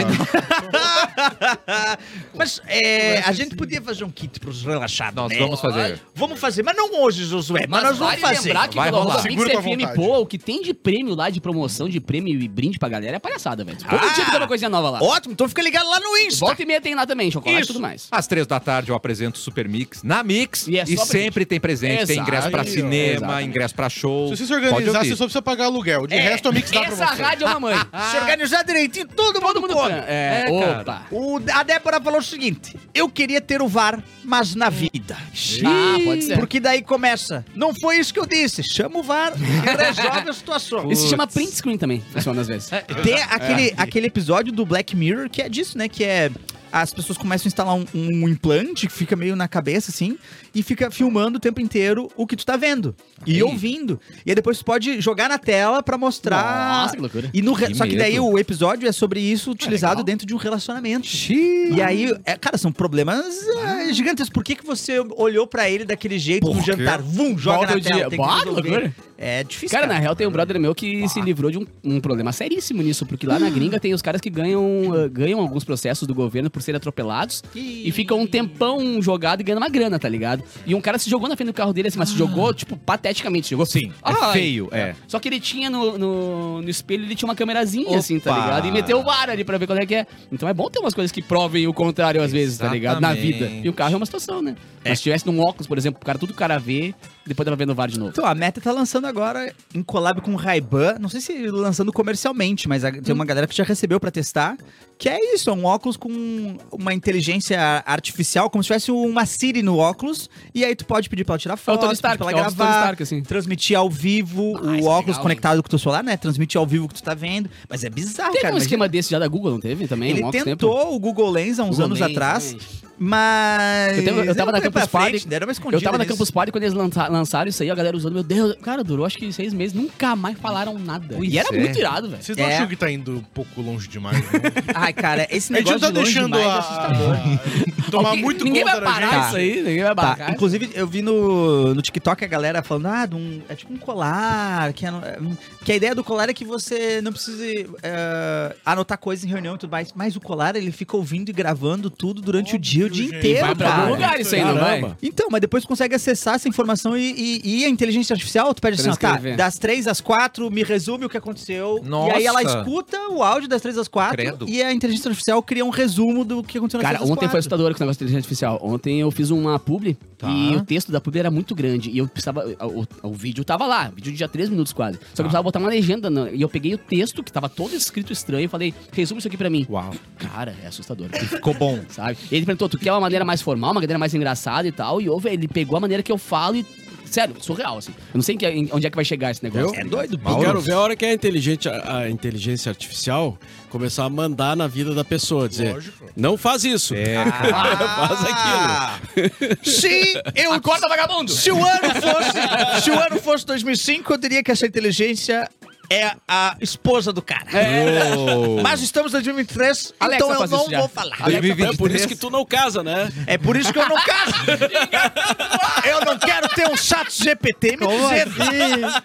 Speaker 5: Mas é, a gente podia fazer um kit pros relaxados.
Speaker 1: Nós
Speaker 5: né?
Speaker 1: vamos fazer.
Speaker 5: Vamos fazer, mas não hoje, Josué. Mas,
Speaker 3: É, Mas
Speaker 5: nós
Speaker 3: vale
Speaker 5: vamos fazer.
Speaker 3: lembrar que
Speaker 1: Vai
Speaker 3: pelo
Speaker 1: rolar.
Speaker 3: arroba
Speaker 6: Segura tua
Speaker 3: Mix FM,
Speaker 6: vontade.
Speaker 3: pô, o que tem de prêmio lá, de promoção de prêmio e brinde pra galera é palhaçada, velho. Todo
Speaker 5: Ah!
Speaker 3: dia que tem uma coisinha nova lá.
Speaker 5: Ótimo, então fica ligado lá no Insta.
Speaker 3: Volta e meia tem lá também, chocolate e
Speaker 5: Isso.
Speaker 3: tudo mais.
Speaker 1: Às três da tarde eu apresento o Super Mix na Mix e,
Speaker 3: E é só presente.
Speaker 1: sempre tem presente, tem
Speaker 3: Exato.
Speaker 1: ingresso pra
Speaker 6: Aí, ó.
Speaker 1: cinema,
Speaker 3: Exatamente.
Speaker 1: ingresso pra show.
Speaker 6: Se você se
Speaker 1: Pode
Speaker 6: organizar,
Speaker 1: ouvir.
Speaker 6: você só precisa pagar aluguel. De resto, a Mix dá pra você.
Speaker 3: É, Essa rádio é uma mãe.
Speaker 5: Se
Speaker 6: Ah.
Speaker 5: organizar direitinho, todo,
Speaker 3: Todo
Speaker 5: mundo
Speaker 3: mundo
Speaker 5: come.
Speaker 3: pan-
Speaker 6: tá.
Speaker 3: É,
Speaker 1: É, cara.
Speaker 3: opa.
Speaker 5: O- a Débora falou o seguinte: eu queria ter o VAR, mas na vida.
Speaker 3: Ah, pode ser.
Speaker 5: Porque daí começa. Não foi isso que eu disse. Chama o VAR e resolve a situação.
Speaker 3: Isso se chama print screen também, funciona às vezes.
Speaker 5: Tem aquele, aquele episódio do Black Mirror que é disso, né? Que é. As pessoas começam a instalar um, um implante que fica meio na cabeça, assim, e fica filmando o tempo inteiro o que tu tá vendo e
Speaker 3: Aí.
Speaker 5: ouvindo. E aí depois tu pode jogar na tela pra mostrar.
Speaker 3: Nossa, que loucura.
Speaker 5: E no re-
Speaker 1: Que
Speaker 5: Só que daí
Speaker 1: medo.
Speaker 5: o episódio é sobre isso utilizado
Speaker 3: legal.
Speaker 5: dentro de um relacionamento.
Speaker 1: Xiii.
Speaker 5: E aí, é, cara, são problemas
Speaker 3: Ah.
Speaker 5: é, gigantes. Por que, que você olhou pra ele daquele jeito no jantar? Vum, joga
Speaker 3: Volta
Speaker 5: na
Speaker 3: o
Speaker 5: tela.
Speaker 3: dia.
Speaker 5: tem que
Speaker 3: Bah,
Speaker 5: resolver.
Speaker 3: loucura.
Speaker 5: É difícil.
Speaker 3: Cara, na real tem um brother meu que se livrou de um, um problema seríssimo nisso, porque lá na gringa tem os caras que ganham, ah, ganham alguns processos do governo por serem atropelados e ficam um tempão jogado e ganhando uma grana, tá ligado? E um cara se jogou na frente do carro dele, assim, mas
Speaker 5: Ah.
Speaker 3: se jogou, tipo, pateticamente, se jogou.
Speaker 1: Sim, é
Speaker 3: Ai.
Speaker 1: feio, é.
Speaker 3: Só que ele tinha no, no, no espelho, ele tinha uma câmerazinha, assim, tá
Speaker 1: Opa.
Speaker 3: ligado? E meteu o bar ali pra ver qual é que é. Então é bom ter umas coisas que provem o contrário, às vezes, tá ligado? Na vida. E o carro é uma situação, né? Mas se tivesse num óculos, por exemplo, o cara, tudo que o cara vê, depois tava vendo o VAR de novo.
Speaker 5: Então, a Meta tá lançando agora em collab com o Ray-Ban. Não sei se lançando comercialmente, mas a- tem uma galera que já recebeu pra testar. Que é isso, é um óculos com uma inteligência artificial, como se tivesse uma Siri no óculos. E aí tu pode pedir pra ela
Speaker 3: É
Speaker 5: tirar
Speaker 3: o
Speaker 5: foto,
Speaker 3: Tony
Speaker 5: pedir pra
Speaker 3: Stark,
Speaker 5: ela
Speaker 3: é o Tony
Speaker 5: gravar. Ah,
Speaker 3: Stark, assim.
Speaker 5: Transmitir ao vivo
Speaker 3: Ah,
Speaker 5: o
Speaker 3: isso é
Speaker 5: óculos
Speaker 3: legal,
Speaker 5: conectado com o teu celular, né? Transmitir ao vivo o que tu tá vendo. Mas é bizarro,
Speaker 3: Teve
Speaker 5: cara.
Speaker 3: um
Speaker 5: imagina.
Speaker 3: esquema desse já da Google, não teve? Também? um
Speaker 5: Ele
Speaker 3: óculos
Speaker 5: tentou
Speaker 3: tempo?
Speaker 5: o Google Lens há uns
Speaker 3: Google
Speaker 5: anos
Speaker 3: Lens, né?
Speaker 5: atrás,
Speaker 3: exatamente.
Speaker 5: mas.
Speaker 3: Eu tava- eu tava na
Speaker 5: não foi pra
Speaker 3: Campus Party-
Speaker 5: frente, Deram uma escondida
Speaker 3: Eu tava na
Speaker 5: nisso.
Speaker 3: Campus Party quando eles lança- lançaram isso aí, a galera usando. Meu Deus, cara, durou acho que seis meses, nunca mais falaram nada.
Speaker 1: Pois
Speaker 3: e era
Speaker 1: é.
Speaker 3: muito irado, velho.
Speaker 6: Vocês não
Speaker 5: É.
Speaker 6: acham que tá indo um pouco longe demais? Não?
Speaker 5: Ai, cara, esse
Speaker 6: A gente não
Speaker 5: negócio
Speaker 6: tá
Speaker 5: de longe
Speaker 6: deixando
Speaker 5: demais é
Speaker 6: a...
Speaker 5: assustador.
Speaker 6: tomar
Speaker 3: Alguém-
Speaker 6: muito
Speaker 3: Ninguém
Speaker 6: conta
Speaker 3: vai
Speaker 6: da gente.
Speaker 3: parar isso aí, ninguém vai
Speaker 5: Tá,
Speaker 3: barrar.
Speaker 5: inclusive eu vi no, no TikTok a galera falando, ah, de um- é tipo um colar, que, é no- é, que a ideia do colar é que você não precise é, anotar coisas em reunião e tudo mais, mas o colar ele fica ouvindo e gravando tudo durante o dia, o dia
Speaker 6: gente.
Speaker 5: inteiro,
Speaker 3: vai pra
Speaker 5: cara.
Speaker 3: algum lugar isso aí, não vai?
Speaker 4: Caramba.
Speaker 5: Então, mas depois tu consegue acessar essa informação e, e- e a inteligência artificial, tu pede assim, ó, tá,
Speaker 3: Transcrever.
Speaker 5: das três às quatro, me resume o que aconteceu.
Speaker 1: Nossa.
Speaker 5: E aí ela escuta o áudio das três às quatro
Speaker 1: Credo.
Speaker 5: e a inteligência artificial cria um resumo do que aconteceu nas
Speaker 3: Cara,
Speaker 5: três às
Speaker 3: ontem foi
Speaker 5: quatro.
Speaker 3: assustador. com o negócio de inteligência artificial. Ontem eu fiz uma publi
Speaker 5: Tá.
Speaker 3: e o texto da publi era muito grande. E eu precisava. O, o- o vídeo tava lá, o vídeo de já 3 minutos quase. Só que
Speaker 6: Tá.
Speaker 3: eu precisava botar uma legenda. na- e eu peguei o texto, que tava todo escrito estranho, e falei, resume isso aqui pra mim.
Speaker 5: Uau.
Speaker 3: Cara, é assustador.
Speaker 5: Ficou bom.
Speaker 3: sabe? Ele perguntou, tu quer uma maneira mais formal, uma maneira mais engraçada e tal, e ouve, ele pegou a maneira que eu falo e, sério, surreal, assim. Eu não sei em que- em- onde é que vai chegar esse negócio.
Speaker 5: É doido,
Speaker 4: Eu
Speaker 5: Mauro.
Speaker 4: quero ver a hora que a, inteligente, a, a inteligência artificial começar a mandar na vida da pessoa, dizer,
Speaker 6: Lógico. É.
Speaker 4: não faz isso. faz aquilo.
Speaker 5: Ah! Se eu
Speaker 3: Acorda, vagabundo!
Speaker 5: Se o ano fosse, se o ano fosse 2005, eu diria que essa inteligência é a esposa do cara. Mas estamos em 2023,
Speaker 3: É. Alexa
Speaker 5: então eu
Speaker 3: faz isso
Speaker 5: não
Speaker 3: já.
Speaker 5: vou falar.
Speaker 1: Alexa, 2023.
Speaker 4: É por isso que tu não casa, né?
Speaker 5: É por isso que eu não caso. eu não quero ter um chat GPT me dizendo.
Speaker 3: assim?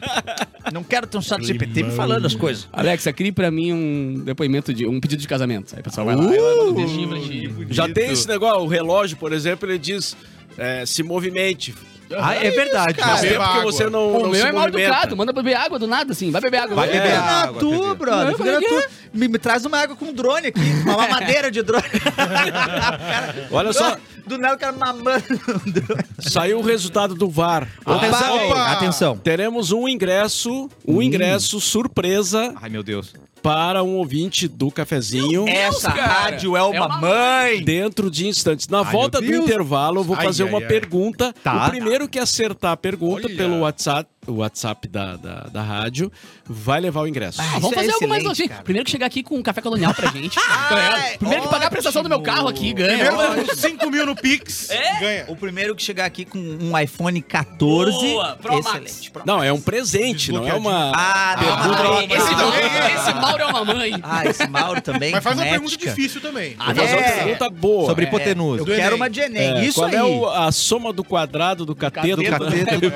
Speaker 5: Não quero ter um chat GPT me falando as coisas.
Speaker 3: Alexa, crie pra mim um depoimento de. um pedido de casamento. Aí o pessoal vai lá, ela não deixa, deixa.
Speaker 4: Já tem esse negócio, o relógio, por exemplo, ele diz, é, se movimente.
Speaker 5: Ah, é verdade.
Speaker 4: Faz
Speaker 6: Beba
Speaker 4: tempo que
Speaker 6: água.
Speaker 4: você não,
Speaker 3: O
Speaker 4: não
Speaker 3: meu
Speaker 4: se
Speaker 3: é mal
Speaker 4: movimenta.
Speaker 3: educado, manda beber água do nada, assim. Vai beber água.
Speaker 1: Vai
Speaker 3: É.
Speaker 1: beber
Speaker 5: Fica na
Speaker 1: água,
Speaker 5: tua,
Speaker 1: Pedro.
Speaker 5: brother.
Speaker 3: Não, é.
Speaker 5: Fica na
Speaker 3: pra quê?
Speaker 5: tua. Me, me traz uma água com drone aqui, uma mamadeira de drone. Cara,
Speaker 4: Olha só,
Speaker 5: Do nada o cara mamando. um drone.
Speaker 4: saiu o resultado do VAR.
Speaker 3: é
Speaker 5: Atenção,
Speaker 6: opa.
Speaker 5: atenção.
Speaker 4: Teremos um ingresso,
Speaker 3: Hum.
Speaker 4: um ingresso surpresa
Speaker 1: Ai, meu Deus.
Speaker 4: para um ouvinte do cafezinho.
Speaker 5: Essa
Speaker 3: cara.
Speaker 5: rádio é uma,
Speaker 3: É uma
Speaker 5: mãe.
Speaker 4: Dentro de instantes. Na volta do
Speaker 6: meu Deus.
Speaker 4: intervalo, eu vou
Speaker 6: Ai,
Speaker 4: fazer
Speaker 6: ai,
Speaker 4: uma
Speaker 6: ai.
Speaker 4: pergunta.
Speaker 5: Tá.
Speaker 4: O primeiro que acertar a pergunta
Speaker 6: Olha.
Speaker 4: pelo WhatsApp, o WhatsApp da, da, da rádio, vai levar o ingresso.
Speaker 5: Ah,
Speaker 3: Ah,
Speaker 5: Isso
Speaker 3: vamos
Speaker 5: é
Speaker 3: fazer algo mais
Speaker 5: excelente,
Speaker 3: nojento.
Speaker 5: cara.
Speaker 3: Primeiro que chegar aqui com um café colonial pra gente. Tá
Speaker 5: Ai,
Speaker 3: Primeiro que pagar a prestação do meu
Speaker 5: ótimo.
Speaker 3: carro aqui,
Speaker 5: É,
Speaker 3: ganha.
Speaker 6: Primeiro, 5 mil no Pix. Ganha.
Speaker 5: O primeiro que chegar aqui com um iPhone 14.
Speaker 3: Boa, Pro Max.
Speaker 5: excelente. Pro
Speaker 4: Não, é um presente, não é uma.
Speaker 5: Ah,
Speaker 4: Pergunta
Speaker 5: não.
Speaker 4: lá
Speaker 3: Ai, esse,
Speaker 6: também.
Speaker 3: esse Mauro é uma mãe.
Speaker 5: Ah, esse Mauro também.
Speaker 6: Mas faz uma
Speaker 5: com
Speaker 6: pergunta
Speaker 5: ética.
Speaker 6: difícil também.
Speaker 4: Vou fazer uma
Speaker 5: É.
Speaker 4: pergunta boa.
Speaker 1: Sobre
Speaker 4: É.
Speaker 1: hipotenusa.
Speaker 5: Eu
Speaker 6: Do
Speaker 5: quero
Speaker 6: Enem.
Speaker 5: uma de Enem.
Speaker 4: É,
Speaker 5: Isso
Speaker 4: Qual
Speaker 5: aí.
Speaker 4: é o- a soma do quadrado do cateto?
Speaker 1: Do cateto, do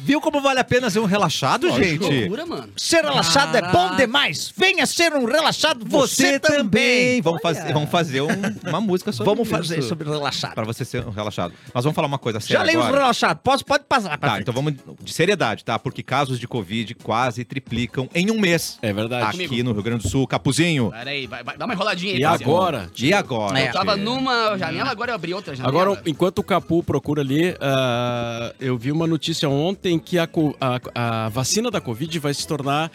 Speaker 1: Viu como vale a pena ser um relaxado,
Speaker 3: Que
Speaker 1: gente?
Speaker 3: loucura, mano.
Speaker 5: Ser relaxado é bom
Speaker 1: Caraca.
Speaker 5: demais. Venha ser um relaxado você, também.
Speaker 1: Vamos fazer, vamos fazer um- uma música sobre
Speaker 5: Vamos fazer
Speaker 1: isso.
Speaker 5: sobre relaxado.
Speaker 1: Pra você ser um relaxado. Mas vamos falar uma coisa séria
Speaker 5: Já leio os
Speaker 1: agora.
Speaker 5: relaxados. Posso, pode passar.
Speaker 1: Tá, então vamos de seriedade, tá? Porque casos de Covid quase triplicam em um mês.
Speaker 4: É verdade.
Speaker 6: Tá,
Speaker 1: aqui
Speaker 3: comigo.
Speaker 1: no Rio Grande do Sul. Capuzinho,
Speaker 3: Pera aí, vai, vai- dá uma enroladinha aí.
Speaker 4: E
Speaker 3: Tassiano.
Speaker 4: agora?
Speaker 1: e agora?
Speaker 5: É.
Speaker 3: Eu tava
Speaker 1: Tchê?
Speaker 3: numa janela, agora eu abri outra janela.
Speaker 4: Agora, enquanto o Capu procura ali, ah, eu vi uma notícia ontem que a, co- a- a vacina da Covid vai se tornar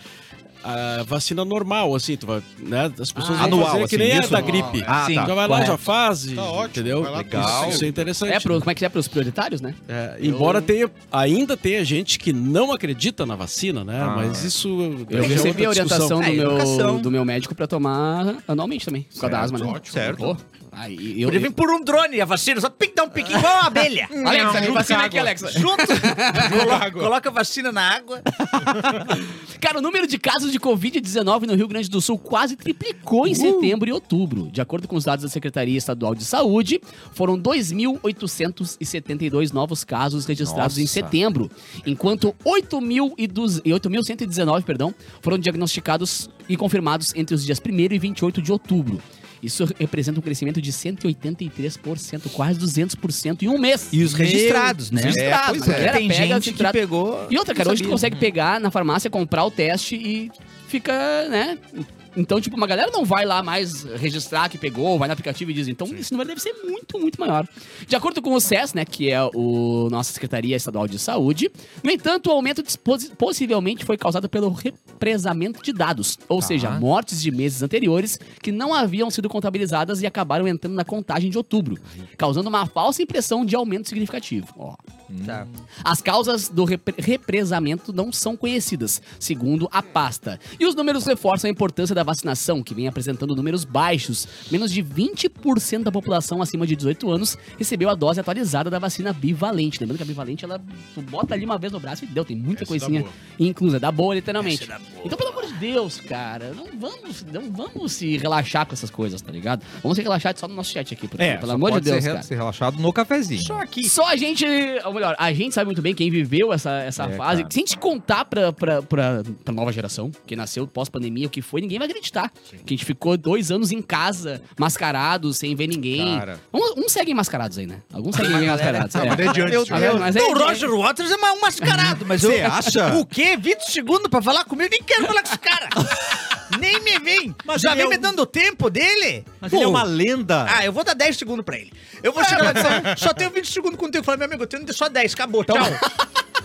Speaker 4: a vacina normal, assim, tu vai, né? As pessoas
Speaker 3: Ah,
Speaker 4: vão
Speaker 1: anual,
Speaker 4: fazer que
Speaker 1: assim,
Speaker 4: nem
Speaker 1: isso?
Speaker 4: a da gripe.
Speaker 1: Ah,
Speaker 5: Sim.
Speaker 1: tá.
Speaker 4: já vai lá,
Speaker 5: correto.
Speaker 4: já faz, e-
Speaker 6: Tá ótimo,
Speaker 4: entendeu?
Speaker 6: vai lá,
Speaker 4: Isso, isso é interessante.
Speaker 3: É, pro, como é que é pros prioritários, né?
Speaker 4: É, embora
Speaker 3: Eu-
Speaker 4: tenha, ainda tenha gente que não acredita na vacina, né?
Speaker 1: Ah,
Speaker 4: Mas
Speaker 1: é.
Speaker 4: isso
Speaker 3: Eu
Speaker 4: já é
Speaker 3: recebi a
Speaker 4: outra discussão.
Speaker 3: orientação do,
Speaker 5: É, educação.
Speaker 3: meu, do meu médico pra tomar anualmente também. Por causa da asma, né?
Speaker 1: ótimo. Certo.
Speaker 3: Pô, aí eu...
Speaker 5: Podia vir por um drone a vacina. Só pique, dá um pique igual uma abelha.
Speaker 3: Alexa,
Speaker 6: Não,
Speaker 3: que vacina
Speaker 6: nunca
Speaker 3: é que,
Speaker 6: água.
Speaker 3: Alexa?
Speaker 5: Junto. tá. Coloca,
Speaker 6: água.
Speaker 5: coloca a vacina na água.
Speaker 3: Cara, o número de casos de Covid-19 no Rio Grande do Sul quase triplicou em setembro e outubro. De acordo com os dados da Secretaria Estadual de Saúde, foram 2.872 novos casos registrados em
Speaker 1: Nossa.
Speaker 3: setembro, enquanto 8.002 e 8.119 perdão, foram diagnosticados e confirmados entre os dias 1 e 28 de outubro. Isso representa um crescimento de 183%, quase 200% em um mês.
Speaker 5: E os registrados, né?
Speaker 1: É, pois é.
Speaker 3: A galera
Speaker 5: Tem
Speaker 3: pega, se
Speaker 5: gente que
Speaker 3: trata-
Speaker 5: pegou.
Speaker 3: e outra, cara,
Speaker 5: não
Speaker 3: hoje tu
Speaker 5: sabia.
Speaker 3: consegue pegar na farmácia, comprar o teste e fica, né? Então, tipo, uma galera não vai lá mais registrar que pegou, vai no aplicativo e diz. Então, esse número deve ser muito, muito maior. De acordo com o SES, né, que é o nossa Secretaria Estadual de Saúde, no entanto, o aumento disposi- possivelmente foi causado pelo represamento de dados, ou
Speaker 5: Tá.
Speaker 3: seja, mortes de meses anteriores que não haviam sido contabilizadas e acabaram entrando na contagem de outubro, causando uma falsa impressão de aumento significativo. Ó,
Speaker 5: Tá.
Speaker 3: as causas do repre- represamento não são conhecidas, segundo a pasta. E os números reforçam a importância da vacinação, que vem apresentando números baixos. Menos de 20% da população acima de 18 anos recebeu a dose atualizada da vacina bivalente. Lembrando que a bivalente, ela tu bota ali uma vez no braço e deu, tem muita
Speaker 6: Essa
Speaker 3: coisinha
Speaker 6: dá boa.
Speaker 3: inclusa, dá boa literalmente.
Speaker 5: Essa dá boa.
Speaker 3: Então, pelo amor de Deus, cara, não vamos, não vamos se relaxar com essas coisas, tá ligado? Vamos se relaxar só no nosso chat aqui, por
Speaker 1: É,
Speaker 3: favor, pelo
Speaker 1: só
Speaker 3: amor de
Speaker 1: pode ser
Speaker 3: Deus,
Speaker 1: re-
Speaker 3: cara.
Speaker 1: ser relaxado no cafezinho.
Speaker 5: Só aqui.
Speaker 3: Só a gente, ou melhor, a gente sabe muito bem quem viveu essa, essa
Speaker 1: É,
Speaker 3: fase.
Speaker 1: cara.
Speaker 3: Se a gente contar pra, pra, pra, pra nova geração, que nasceu pós-pandemia, o que foi, ninguém vai acreditar. Que a gente ficou dois anos em casa, mascarado, sem ver ninguém.
Speaker 1: Cara.
Speaker 3: Um- Uns seguem mascarados aí, né? Alguns seguem
Speaker 5: galera-
Speaker 3: mascarados.
Speaker 6: Ah, mas é de antes,
Speaker 3: Ah,
Speaker 6: tio.
Speaker 3: mas é-
Speaker 5: Não, o Roger Waters é mais um mascarado, mas eu.
Speaker 1: Você acha?
Speaker 5: O quê? 20 segundos pra falar comigo? Nem quero falar com esse cara. nem me vem.
Speaker 1: Mas
Speaker 5: Já
Speaker 1: ele
Speaker 5: vem
Speaker 1: é
Speaker 5: me
Speaker 1: um-
Speaker 5: dando tempo dele?
Speaker 1: Mas ele é
Speaker 5: Pô.
Speaker 1: uma lenda.
Speaker 5: Ah, eu vou dar 10 segundos pra ele. Eu vou chegar lá e dizer, só tenho 20 segundos contigo. Falar, meu amigo, eu tenho só 10, acabou, tchau.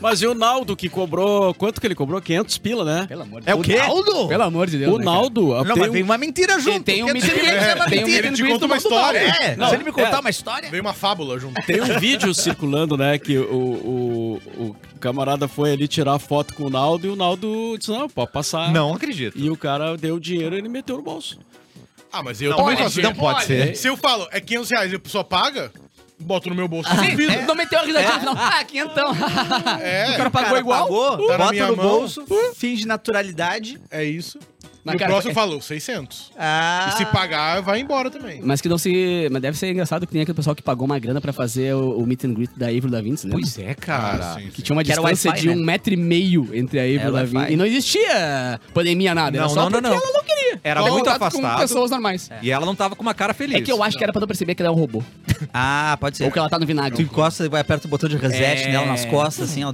Speaker 4: Mas e o Naldo que cobrou. Quanto que ele cobrou? 500 pila, né?
Speaker 3: Pelo amor de
Speaker 1: É o quê?
Speaker 5: Naldo?
Speaker 3: Pelo amor de Deus.
Speaker 4: o
Speaker 3: né, cara?
Speaker 4: Naldo.
Speaker 5: Não,
Speaker 4: tem
Speaker 5: mas
Speaker 4: um-
Speaker 5: vem uma mentira junto.
Speaker 3: tem um
Speaker 5: porque se ele
Speaker 3: mentira,
Speaker 5: vier com uma
Speaker 3: tem um
Speaker 5: mentira-
Speaker 6: Ele
Speaker 3: Ele
Speaker 6: te
Speaker 3: grita
Speaker 6: conta uma
Speaker 3: uma
Speaker 6: história.
Speaker 5: É,
Speaker 4: Não,
Speaker 5: se ele me contar
Speaker 4: é.
Speaker 5: uma história...
Speaker 6: Veio uma fábula junto.
Speaker 4: Tem um vídeo circulando, né? Que o, o, o camarada foi ali tirar foto com o Naldo e o Naldo disse: não, pode passar.
Speaker 1: Não acredito.
Speaker 4: E o cara deu o dinheiro e ele meteu no bolso.
Speaker 6: Ah, mas eu
Speaker 1: Não,
Speaker 6: também
Speaker 1: pode
Speaker 6: faço.
Speaker 1: ser, não pode ser.
Speaker 6: Se eu falo, é 500 reais e a pessoa paga, boto no meu bolso.
Speaker 5: Ah,
Speaker 3: Sim,
Speaker 6: Duvido.
Speaker 3: Não meteu a risadinha no final. Ah, quinhentão.
Speaker 6: É,
Speaker 5: é? O cara pagou igual,
Speaker 6: tá na
Speaker 5: bota
Speaker 6: minha
Speaker 5: no
Speaker 6: mão.
Speaker 5: bolso, finge naturalidade.
Speaker 6: é isso.
Speaker 3: Mas,
Speaker 6: no
Speaker 3: cara,
Speaker 6: próximo
Speaker 3: é-
Speaker 6: eu falo, 600.
Speaker 5: Ah,
Speaker 6: E se pagar, vai embora também.
Speaker 3: Mas que não se. Mas deve ser engraçado que tem aquele pessoal que pagou uma grana pra fazer o, o meet and greet da Avril Lavigne, né?
Speaker 1: Pois é, cara.
Speaker 6: Ah, sim,
Speaker 3: Que
Speaker 6: sim.
Speaker 3: tinha uma
Speaker 5: Que era
Speaker 3: distância
Speaker 5: Wi-Fi,
Speaker 3: de
Speaker 5: né?
Speaker 3: um metro e meio entre a Avril
Speaker 5: Era
Speaker 3: Lavigne.
Speaker 5: Wi-Fi.
Speaker 3: E não existia pandemia, nada. era
Speaker 1: Não,
Speaker 3: só
Speaker 1: não, não,
Speaker 3: porque
Speaker 1: não.
Speaker 3: ela não queria.
Speaker 1: Era
Speaker 3: Só
Speaker 1: muito
Speaker 3: contato
Speaker 1: afastado. É,
Speaker 3: Com pessoas normais.
Speaker 1: E ela não tava com uma cara feliz.
Speaker 3: É que eu acho que era pra tu perceber que ela é um robô.
Speaker 5: Ah, pode ser.
Speaker 3: Ou que ela tá no
Speaker 5: Tu
Speaker 3: vinagre.
Speaker 5: encosta e vai aperta o botão de reset
Speaker 3: É.
Speaker 5: nela nas costas, assim, ó.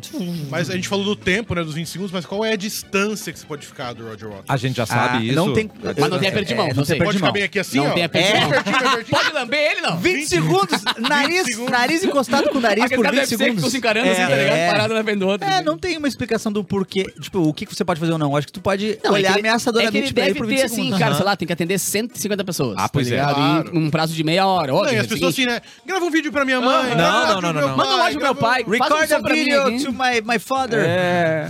Speaker 6: Mas a gente falou do tempo, né? Dos 20 segundos, mas qual é a distância que você pode ficar do Roger Waters?
Speaker 1: A gente já
Speaker 5: Ah,
Speaker 1: sabe isso.
Speaker 5: Não tem...
Speaker 3: Mas não tem aperto de mão, não
Speaker 5: não
Speaker 3: sei.
Speaker 5: tem aperto
Speaker 6: Pode
Speaker 5: de
Speaker 6: ficar
Speaker 5: mão.
Speaker 6: bem aqui assim,
Speaker 3: Não
Speaker 6: ó.
Speaker 3: tem aperto de
Speaker 5: É.
Speaker 3: mão.
Speaker 6: Apertinho, apertinho.
Speaker 3: Pode lamber ele, não.
Speaker 5: 20 segundos, nariz,
Speaker 6: segundos.
Speaker 5: nariz encostado com o nariz
Speaker 3: Aquele
Speaker 5: por
Speaker 3: cara
Speaker 5: 20
Speaker 3: deve ser que ficou
Speaker 5: segundos.
Speaker 3: se encarando assim, tá
Speaker 5: É.
Speaker 3: ligado? Parado na frente do outro.
Speaker 5: É, não tem uma explicação do porquê. Tipo, o que que você pode fazer ou não. Acho que tu pode
Speaker 3: Não, é
Speaker 5: olhar
Speaker 3: que ele-
Speaker 5: ameaçadoramente
Speaker 3: é que ele
Speaker 5: pra ele
Speaker 3: deve
Speaker 5: por
Speaker 3: ter
Speaker 5: 20
Speaker 3: assim,
Speaker 5: segundos.
Speaker 3: cara,
Speaker 5: Aham.
Speaker 3: sei lá, tem que atender 150 pessoas. tá
Speaker 1: Ah, pois é.
Speaker 3: ligado?
Speaker 6: Claro.
Speaker 3: E um prazo de meia hora. é
Speaker 6: Não,
Speaker 3: Hoje,
Speaker 6: e as pessoas assim, né? Grava um vídeo pra minha mãe.
Speaker 1: Não,
Speaker 6: grava um
Speaker 1: não,
Speaker 6: áudio
Speaker 1: não,
Speaker 6: pro
Speaker 1: não,
Speaker 6: meu
Speaker 1: não.
Speaker 3: Manda um áudio pro meu
Speaker 6: grava-
Speaker 3: pai.
Speaker 5: Record
Speaker 3: Faz um som
Speaker 5: a
Speaker 3: pra mim
Speaker 5: video
Speaker 3: aqui.
Speaker 5: to my, my father.
Speaker 3: É,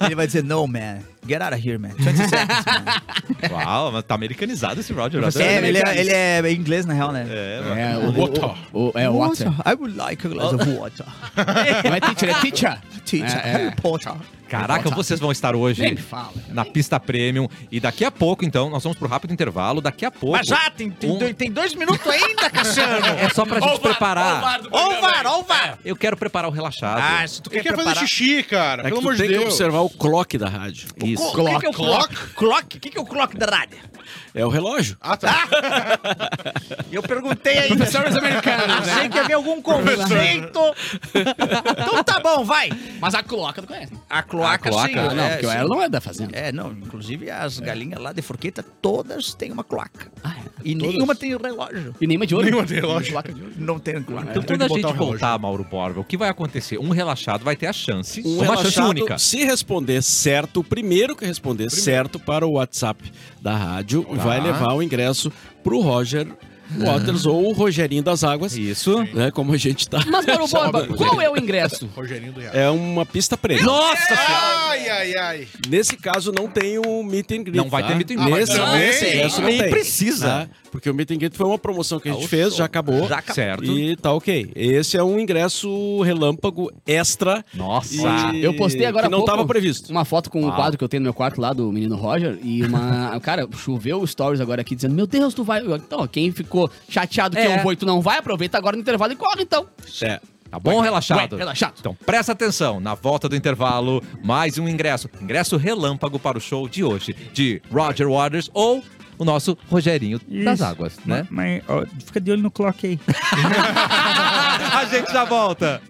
Speaker 3: é.
Speaker 5: Ele vai dizer, no, man. Get out of here, man. 20 seconds, man.
Speaker 1: Uau, mas tá americanizado esse Roger.
Speaker 3: Você-
Speaker 5: é, ele, é, ele é inglês, na real, né?
Speaker 1: É, mano.
Speaker 3: É, o, o, o, é, o water.
Speaker 5: I would like a glass of water.
Speaker 3: Não é teacher, é teacher.
Speaker 5: Teacher,
Speaker 3: É, é.
Speaker 5: Harry Potter.
Speaker 1: Caraca, vocês vão estar hoje
Speaker 3: Nem me fala.
Speaker 1: na pista premium. E daqui a pouco, então, nós vamos pro rápido intervalo. Daqui a pouco.
Speaker 5: Mas já, tem, tem,
Speaker 1: Um-
Speaker 5: dois, tem dois minutos ainda, Cassiano.
Speaker 1: É só pra gente preparar.
Speaker 5: Ó o VAR, ó o VAR.
Speaker 1: Eu quero preparar o relaxado.
Speaker 5: É. Ah, se tu quer
Speaker 6: Ele quer
Speaker 5: preparar...
Speaker 6: fazer xixi, cara.
Speaker 4: É que
Speaker 6: Pelo
Speaker 4: tu
Speaker 6: amor de
Speaker 4: tem que
Speaker 6: Deus.
Speaker 4: observar o clock da rádio.
Speaker 1: Isso.
Speaker 5: O que que é o
Speaker 6: Clock?
Speaker 5: clock? Clock? O que que é o clock da rádio?
Speaker 4: É o relógio.
Speaker 6: Ah, tá.
Speaker 5: Eu perguntei ainda.
Speaker 3: Professores americanos, né?
Speaker 5: Achei que havia algum conceito. então tá bom, vai.
Speaker 3: Mas a cloaca não conhece.
Speaker 5: A cloaca,
Speaker 1: A cloaca,
Speaker 5: sim.
Speaker 1: Ah,
Speaker 3: não,
Speaker 5: é,
Speaker 3: porque
Speaker 5: sim.
Speaker 3: ela não é da fazenda.
Speaker 5: É, não, inclusive as galinhas lá de Forqueta, todas têm uma cloaca.
Speaker 3: Ah,
Speaker 5: E nenhuma tem relógio.
Speaker 3: E nenhuma de ouro.
Speaker 6: Nenhuma de relógio.
Speaker 3: Cloaca de ouro.
Speaker 5: Não é, tem cloaca.
Speaker 1: Então,
Speaker 6: tem
Speaker 1: quando a
Speaker 6: que botar
Speaker 1: gente
Speaker 6: o relógio.
Speaker 1: voltar, Mauro Borba, o que vai acontecer? Um relaxado vai ter a chance.
Speaker 4: Um
Speaker 1: uma chance
Speaker 4: relaxado,
Speaker 1: única.
Speaker 4: Se responder certo, o primeiro que responder certo para o WhatsApp da rádio vai levar o ingresso pro Roger Waters ou o Rogerinho das Águas.
Speaker 1: Ah. Isso.
Speaker 4: Né, como a gente tá.
Speaker 3: Mas, Mauro Borba,
Speaker 4: Chamando.
Speaker 3: qual é o ingresso?
Speaker 6: Rogerinho do Real.
Speaker 4: É uma pista preta. Nossa!
Speaker 6: Ai, ai, ai.
Speaker 4: Nesse caso, não tem o meet and greet.
Speaker 1: Não vai
Speaker 4: tá?
Speaker 1: ter meet and
Speaker 6: greet.
Speaker 4: Nesse
Speaker 6: Ah, mas também?
Speaker 4: nesse ingresso não
Speaker 1: Nem
Speaker 4: tem,
Speaker 1: precisa.
Speaker 4: tá? Porque o meet and greet foi uma promoção que a gente fez, já acabou.
Speaker 5: Já acabou.
Speaker 1: Certo.
Speaker 4: E tá ok. Esse é um ingresso relâmpago extra.
Speaker 1: Nossa.
Speaker 4: E-
Speaker 3: Tá. Eu postei agora
Speaker 4: Tá. que não
Speaker 3: há pouco
Speaker 4: tava previsto. Tá.
Speaker 3: Uma foto com um quadro que eu tenho no meu quarto lá do menino Roger e uma. cara, choveu stories agora aqui dizendo: Meu Deus, tu vai. Então, ó, quem ficou chateado que
Speaker 1: É.
Speaker 3: eu vou e tu não vai, aproveita agora no intervalo e corre então.
Speaker 4: É.
Speaker 1: Tá bom, relaxado?
Speaker 3: Ué, relaxado.
Speaker 1: Então presta atenção, na volta do intervalo, mais um ingresso. Ingresso relâmpago para o show de hoje, de Roger Waters ou o nosso Rogerinho das
Speaker 2: Isso.
Speaker 1: Águas, né?
Speaker 2: Mas, ó, fica de olho no clock aí.
Speaker 1: A gente já volta.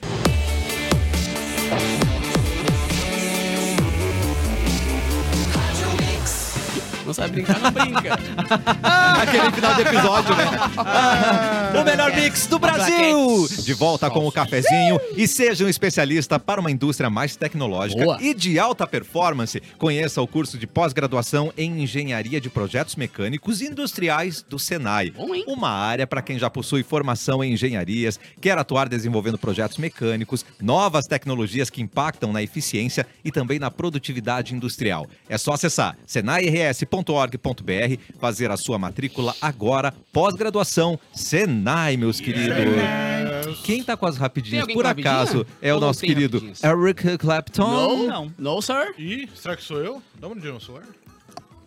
Speaker 3: Não sabe brincar, não brinca.
Speaker 1: Aquele final do episódio, né? o melhor mix do Brasil! De volta com o cafezinho e seja um especialista para uma indústria mais tecnológica
Speaker 3: Boa.
Speaker 1: e de alta performance. Conheça o curso de pós-graduação em Engenharia de Projetos Mecânicos Industriais do Senai.
Speaker 3: Bom, hein?
Speaker 1: Uma área para quem já possui formação em engenharias, quer atuar desenvolvendo projetos mecânicos, novas tecnologias que impactam na eficiência e também na produtividade industrial. É só acessar senairs.org.br, fazer a sua matrícula agora, pós-graduação Senai, meus queridos. Quem tá com as rapidinhas,
Speaker 3: Tem alguém
Speaker 1: por
Speaker 3: com a
Speaker 1: acaso,
Speaker 3: rapidinha?
Speaker 1: é o
Speaker 3: Ou não
Speaker 1: nosso
Speaker 3: tem
Speaker 1: querido
Speaker 3: rapidinhas?
Speaker 1: Eric Clapton.
Speaker 3: Oh, não. Não, sir.
Speaker 6: Ih, será que sou eu? Dá um uma olhadinha no celular.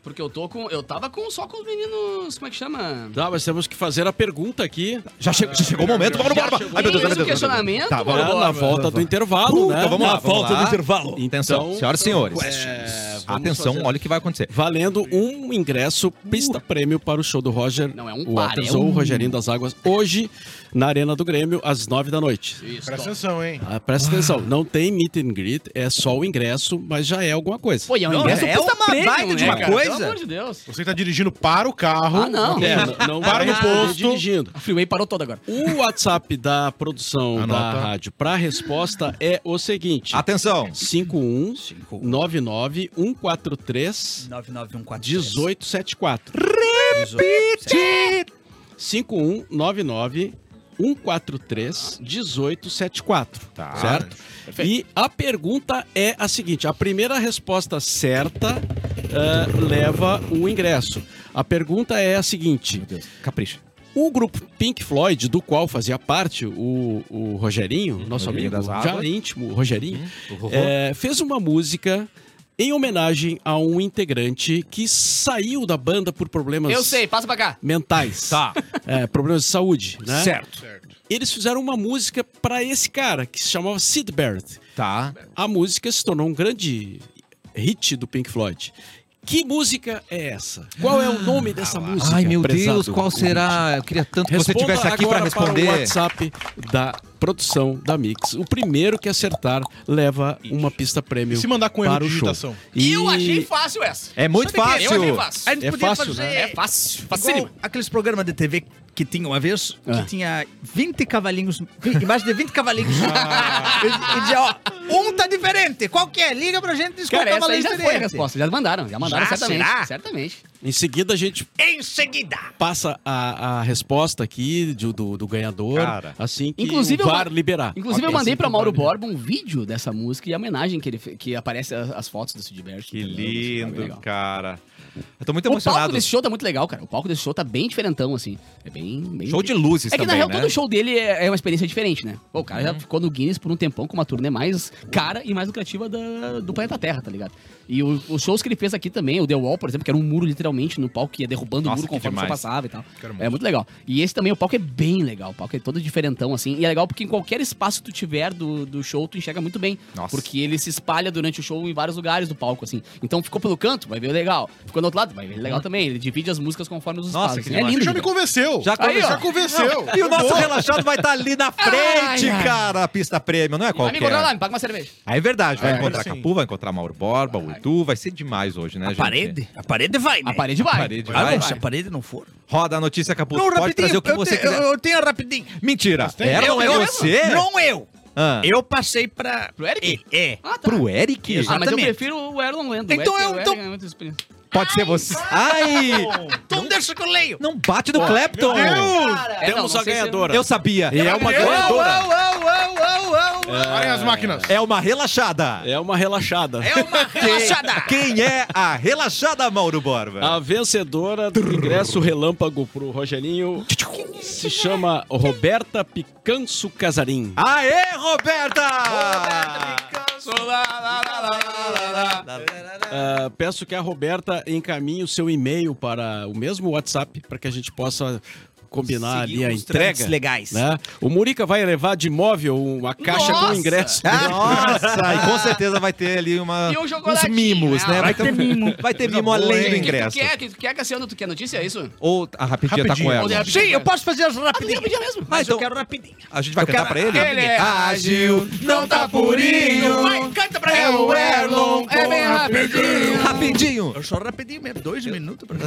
Speaker 3: Porque eu tô com. Eu tava com só com os meninos. Como é que chama?
Speaker 4: Tá, mas temos que fazer a pergunta aqui
Speaker 1: Já, che- já chegou o momento, Mauro Borba! Ai, meu Deus, ai, meu
Speaker 3: Tem
Speaker 1: Deus, ai, meu Deus.
Speaker 3: questionamento,
Speaker 1: Tá,
Speaker 4: né,
Speaker 1: vamos
Speaker 3: Mauro?
Speaker 1: lá.
Speaker 4: na volta do intervalo, né?
Speaker 1: Então vamos lá,
Speaker 4: Na
Speaker 1: vamos
Speaker 4: volta
Speaker 1: lá.
Speaker 4: do intervalo.
Speaker 1: Intenção,
Speaker 4: Então,
Speaker 1: senhoras e senhores.
Speaker 4: É, Isso.
Speaker 1: Vamos Atenção,
Speaker 4: fazer.
Speaker 1: olha o que vai acontecer.
Speaker 4: Valendo um ingresso pista prêmio para o show do Roger
Speaker 3: Não, é um par,
Speaker 4: Waters
Speaker 3: é
Speaker 4: ou
Speaker 3: um.
Speaker 4: Rogerinho das Águas hoje na Arena do Grêmio às nove da noite.
Speaker 3: Isso,
Speaker 6: Presta
Speaker 3: top.
Speaker 6: atenção, hein?
Speaker 4: Ah, presta atenção, não tem meet and greet, é só o ingresso, mas já é alguma coisa.
Speaker 3: Pô, e é um
Speaker 5: Não,
Speaker 3: ingresso
Speaker 5: é
Speaker 3: custa
Speaker 5: uma
Speaker 3: prêmio,
Speaker 5: baita de
Speaker 3: né,
Speaker 5: uma
Speaker 3: cara?
Speaker 5: coisa.
Speaker 3: Pelo amor de Deus.
Speaker 6: Você tá dirigindo para o carro.
Speaker 3: Ah, não.
Speaker 4: É, n- não
Speaker 6: Para no
Speaker 4: vai
Speaker 6: posto.
Speaker 4: dirigindo.
Speaker 3: A Freeway parou toda agora.
Speaker 4: O WhatsApp da produção da
Speaker 6: Anota.
Speaker 4: rádio para resposta é o
Speaker 6: Ah.
Speaker 4: seguinte:
Speaker 1: Atenção!
Speaker 4: 51 99 143
Speaker 5: 99143.
Speaker 4: 1874. 51 99 143 1874.
Speaker 6: Tá.
Speaker 4: Certo? E a pergunta é a seguinte: a primeira resposta certa ah, leva o ingresso. A pergunta é a seguinte:
Speaker 1: Capricha.
Speaker 4: o grupo Pink Floyd, do qual fazia parte o, o Rogerinho, nosso
Speaker 1: Rogerinho
Speaker 4: amigo
Speaker 1: das
Speaker 4: já
Speaker 1: Águas.
Speaker 4: íntimo, o Rogerinho,
Speaker 1: O Rorô.
Speaker 4: é, fez uma música em homenagem a um integrante que saiu da banda por problemas
Speaker 3: Eu sei, passa pra cá.
Speaker 4: mentais,
Speaker 1: Tá,
Speaker 4: é, problemas de saúde.
Speaker 5: É?
Speaker 4: Né?
Speaker 1: certo.
Speaker 6: Certo.
Speaker 4: Eles fizeram uma música para esse cara que se chamava Sid Barrett.
Speaker 1: Tá.
Speaker 4: A música se tornou um grande hit do Pink Floyd. Que música é essa? Qual é o
Speaker 3: Ah,
Speaker 4: nome dessa música?
Speaker 1: Ai, meu
Speaker 4: prezado
Speaker 1: Deus, qual
Speaker 4: ouvinte?
Speaker 1: será? Eu queria tanto que você
Speaker 4: Responda
Speaker 1: estivesse aqui
Speaker 4: agora
Speaker 1: pra responder.
Speaker 4: Para o WhatsApp da produção da Mix. O primeiro que acertar leva uma pista prêmio.
Speaker 6: E se mandar com erro
Speaker 4: para
Speaker 6: de
Speaker 4: o show.
Speaker 6: digitação?
Speaker 4: E
Speaker 3: Eu achei fácil essa.
Speaker 1: É muito
Speaker 3: Sabe que Eu achei
Speaker 1: fácil.
Speaker 3: fácil.
Speaker 5: A gente
Speaker 4: É
Speaker 5: podia
Speaker 4: fácil,
Speaker 5: fazer
Speaker 4: né?
Speaker 3: É fácil,
Speaker 5: igual
Speaker 3: facílimo.
Speaker 5: aqueles programas de TV que tinha uma vez, que
Speaker 4: Ah.
Speaker 5: tinha 20 cavalinhos, imagem de 20 cavalinhos. e, e dizia, ó, um tá diferente, qual que é? Liga pra gente e escolhe
Speaker 3: Cara,
Speaker 5: um
Speaker 3: essa aí
Speaker 5: cavalinho
Speaker 3: já
Speaker 5: diferente.
Speaker 3: foi a resposta. Já mandaram, já mandaram
Speaker 5: Já,
Speaker 3: certamente.
Speaker 5: será?
Speaker 3: Certamente.
Speaker 4: Em seguida a gente
Speaker 5: Em seguida.
Speaker 4: passa a, a resposta aqui do, do, do ganhador.
Speaker 1: Cara.
Speaker 4: Assim que
Speaker 3: Inclusive,
Speaker 4: o
Speaker 3: eu
Speaker 4: VAR
Speaker 3: ma-
Speaker 4: liberar.
Speaker 3: Inclusive,
Speaker 4: Ok,
Speaker 3: eu mandei
Speaker 4: assim
Speaker 3: pra
Speaker 4: que o
Speaker 3: Mauro
Speaker 4: VAR liberar.
Speaker 3: Borba um vídeo dessa música e a homenagem que ele fe- que aparece as, as fotos do Sidberto.
Speaker 1: Que lindo, cara. Eu tô muito
Speaker 3: é O palco
Speaker 1: emocionado.
Speaker 3: desse show tá muito legal, cara. O palco desse show tá bem diferentão, assim. É bem. bem-
Speaker 1: Show de luzes
Speaker 3: É que na
Speaker 1: também,
Speaker 3: real
Speaker 1: né?
Speaker 3: todo show dele é, é uma experiência diferente, né? Pô, o cara já ficou no Guinness por um tempão com uma turnê mais cara e mais lucrativa da- do planeta Terra, tá ligado? E o- os shows que ele fez aqui também, o The Wall, por exemplo, que era um muro literalmente no palco que ia derrubando
Speaker 1: Nossa,
Speaker 3: o muro
Speaker 1: que
Speaker 3: conforme o show
Speaker 1: demais.
Speaker 3: passava e tal.
Speaker 6: Quero
Speaker 3: É
Speaker 6: muito.
Speaker 3: muito legal. E esse também, o palco é bem legal. O palco é todo diferentão, assim. E é legal porque em qualquer espaço que tu tiver do, do show, tu enxerga muito bem.
Speaker 1: Nossa.
Speaker 3: Porque ele se espalha durante o show em vários lugares do palco, assim. Então ficou pelo canto, vai ver legal. Ficou do outro lado, vai ver legal também. Ele divide as músicas conforme os
Speaker 1: Uhum. Nossa,
Speaker 3: espaços.
Speaker 1: que
Speaker 3: assim.
Speaker 1: demais.
Speaker 3: é lindo.
Speaker 6: Já me
Speaker 3: demais.
Speaker 6: convenceu.
Speaker 1: Já
Speaker 3: Aí, ó.
Speaker 6: Já convenceu.
Speaker 1: E o nosso relaxado vai estar ali na frente,
Speaker 3: Ai, ai.
Speaker 1: cara. A pista prêmio, não é
Speaker 3: Vai me encontrar lá,
Speaker 1: qualquer.
Speaker 3: me paga uma cerveja.
Speaker 1: Ah, é verdade, vai
Speaker 6: É,
Speaker 1: encontrar
Speaker 6: sim.
Speaker 1: Capu, vai encontrar Mauro Borba, o Itu, vai ser demais hoje, né,
Speaker 5: A
Speaker 1: gente?
Speaker 5: parede? A parede vai, né?
Speaker 3: A parede vai.
Speaker 1: parede
Speaker 5: Ah,
Speaker 1: vai.
Speaker 5: não, se a parede não for.
Speaker 1: Roda a notícia, Capu.
Speaker 5: não,
Speaker 1: Pode trazer o que
Speaker 5: eu,
Speaker 1: você
Speaker 5: te-
Speaker 1: quiser.
Speaker 5: eu- eu tenho a rapidinho.
Speaker 1: Mentira,
Speaker 6: tem-
Speaker 1: ela
Speaker 5: eu,
Speaker 1: não é
Speaker 5: eu-
Speaker 1: você?
Speaker 5: né? Não eu.
Speaker 1: Ah,
Speaker 5: Eu passei pra...
Speaker 3: Pro Eric?
Speaker 5: É. é.
Speaker 3: Ah, tá.
Speaker 1: Pro Eric?
Speaker 3: Ah, mas eu
Speaker 5: Exatamente.
Speaker 3: prefiro o Erlon Lendo. O
Speaker 5: Então
Speaker 3: Eric-
Speaker 5: eu-
Speaker 3: o Eric
Speaker 5: então-
Speaker 3: é muito experiente.
Speaker 1: Pode ser você.
Speaker 3: Ah,
Speaker 1: Ai!
Speaker 5: Então deixa que eu leio.
Speaker 1: Não bate no Clapton!
Speaker 3: É, não, não
Speaker 4: Temos
Speaker 3: sei
Speaker 4: a
Speaker 3: se-
Speaker 4: ganhadora.
Speaker 1: Eu sabia.
Speaker 4: E é uma ganhadora.
Speaker 6: Parem as máquinas.
Speaker 1: É uma relaxada.
Speaker 4: É uma relaxada.
Speaker 5: É uma relaxada.
Speaker 1: Quem é a relaxada, Mauro Borba?
Speaker 4: A vencedora do ingresso relâmpago pro Rogerinho se chama Roberta Picanço
Speaker 5: Ah.
Speaker 4: Casarim.
Speaker 1: Aê, Roberta!
Speaker 4: Ah, peço que a Roberta encaminhe o seu e-mail para o mesmo WhatsApp para que a gente possa combinar ali a
Speaker 5: Seguir os
Speaker 4: entrega.
Speaker 5: trâmites legais.
Speaker 4: né? O Murica vai levar de móvel uma caixa com
Speaker 3: Nossa!
Speaker 4: ingresso.
Speaker 5: Ah,
Speaker 1: Nossa, Ah, e com certeza vai ter ali uma,
Speaker 3: E um
Speaker 1: uns
Speaker 3: chocolatinho,
Speaker 1: mimos, né?
Speaker 3: né?
Speaker 1: Vai ter mimo. Vai ter mimo além do
Speaker 3: O que tu
Speaker 1: ingresso.
Speaker 3: quer? O é que tu quer, Cassiano? Tu quer notícia? É isso?
Speaker 1: Ou a rapidinha, tá
Speaker 6: Rapidinho.
Speaker 1: com
Speaker 6: Ou
Speaker 1: ela.
Speaker 3: de-
Speaker 5: Sim, eu posso fazer as
Speaker 3: Ah, Rapidinho,
Speaker 5: rapidinhas.
Speaker 3: rapidinho mesmo.
Speaker 5: Mas
Speaker 1: então-
Speaker 5: eu quero rapidinho.
Speaker 1: A gente vai
Speaker 5: Eu
Speaker 1: cantar
Speaker 5: quero-
Speaker 1: pra ele?
Speaker 3: Ele é
Speaker 1: ágil, não tá purinho.
Speaker 5: Vai, canta pra
Speaker 1: É
Speaker 5: ela.
Speaker 1: o Erlon,
Speaker 3: É bem
Speaker 1: rapidinho. Rapidinho.
Speaker 5: Eu sou rapidinho mesmo, dois minutos. Pra...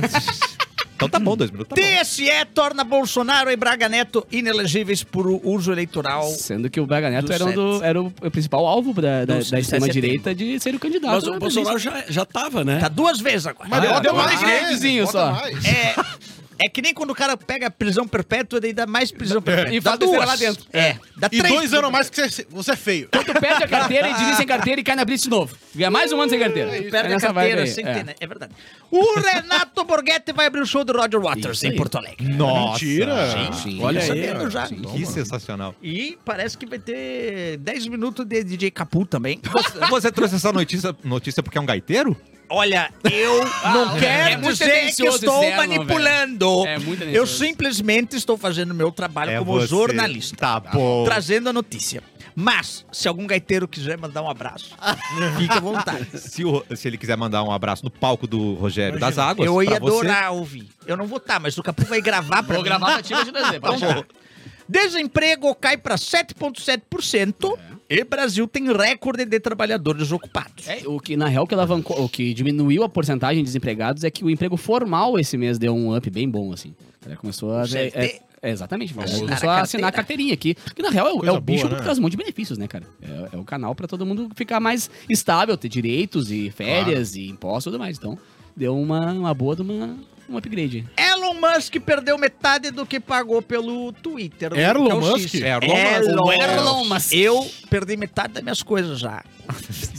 Speaker 1: Então tá bom, dois minutos. Tá bom.
Speaker 5: TSE torna Bolsonaro e Braga Neto inelegíveis por uso eleitoral.
Speaker 3: Sendo que o Braga Neto
Speaker 5: Do
Speaker 3: era, um do-
Speaker 5: sete.
Speaker 3: era o o principal alvo da, da,
Speaker 5: Do-
Speaker 3: da
Speaker 5: do
Speaker 3: extrema-direita de ser é o candidato.
Speaker 4: Mas o
Speaker 3: à
Speaker 4: Bolsonaro
Speaker 3: presidência.
Speaker 4: já, já tava, né?
Speaker 5: Tá duas vezes agora.
Speaker 6: Mas
Speaker 4: Ah,
Speaker 6: bota
Speaker 4: deu
Speaker 6: mais
Speaker 3: mais
Speaker 6: vezes,
Speaker 3: gravezinho
Speaker 6: bota
Speaker 3: só.
Speaker 6: mais.
Speaker 5: É, é que nem quando o cara pega prisão perpétua, daí dá mais prisão perpétua.
Speaker 3: E
Speaker 5: dá
Speaker 3: faz besteira lá dentro.
Speaker 5: É. Dá
Speaker 6: E
Speaker 5: três.
Speaker 6: dois anos a mais que você- você é feio.
Speaker 3: Tu perde a carteira e dirige sem carteira e cai na blitz de novo. Ganha mais um ano sem carteira.
Speaker 5: Tu perde a
Speaker 3: nessa vibe
Speaker 5: carteira
Speaker 3: aí,
Speaker 5: sem
Speaker 3: é.
Speaker 5: ter, né? É verdade. O Renato Borghetti vai abrir o show do Roger Waters em Porto Alegre.
Speaker 1: Nossa.
Speaker 6: Mentira.
Speaker 1: Gente,
Speaker 4: Olha
Speaker 5: Tô
Speaker 4: aí,
Speaker 5: sabendo
Speaker 4: ó.
Speaker 5: já.
Speaker 1: que sensacional.
Speaker 5: E parece que vai ter 10 minutos de DJ Capu também.
Speaker 1: Você trouxe essa notícia, notícia porque é um gaiteiro?
Speaker 5: Olha, eu não
Speaker 3: é
Speaker 5: quero
Speaker 3: muito
Speaker 5: dizer que
Speaker 3: tendencioso
Speaker 5: estou
Speaker 3: esse Erlon,
Speaker 5: manipulando.
Speaker 3: velho. É muito
Speaker 5: eu
Speaker 3: tendencioso.
Speaker 5: simplesmente estou fazendo meu trabalho como jornalista,
Speaker 1: É Tá bom.
Speaker 5: trazendo a notícia. Mas, se algum gaiteiro quiser mandar um abraço, fique à vontade.
Speaker 1: Se, o- se ele quiser mandar um abraço no palco do Rogério das Águas,
Speaker 5: Eu ia
Speaker 1: pra você,
Speaker 5: adorar ouvir. Eu não vou estar, mas o Capu vai gravar
Speaker 3: Vou
Speaker 5: pra mim.
Speaker 3: gravar pra ti, vou te dizer, pode
Speaker 5: Então tá. Desemprego cai pra 7,7% e Brasil tem recorde de trabalhadores desocupados.
Speaker 3: É, o que na real que alavancou, o que diminuiu a porcentagem de desempregados é que o emprego formal esse mês deu um up bem bom, assim. Ela começou a.
Speaker 5: CLT.
Speaker 3: é- é, exatamente, mas
Speaker 5: Assinar
Speaker 3: começou
Speaker 5: a
Speaker 3: a
Speaker 5: carteira.
Speaker 3: assinar a carteirinha aqui. Que na real é, o- é
Speaker 6: Coisa
Speaker 3: o bicho
Speaker 6: boa, né?
Speaker 3: porque traz um monte de benefícios, né, cara? É, é o canal pra todo mundo ficar mais estável, ter direitos e férias e impostos e tudo mais. Então, deu uma, uma boa de uma, um upgrade.
Speaker 5: Elon Musk perdeu metade do que pagou pelo Twitter.
Speaker 6: Elon
Speaker 5: Que é o
Speaker 6: Musk?
Speaker 5: X.
Speaker 1: Elon
Speaker 5: Elon,
Speaker 1: Musk.
Speaker 5: Elon Musk. Eu perdi metade das minhas coisas já.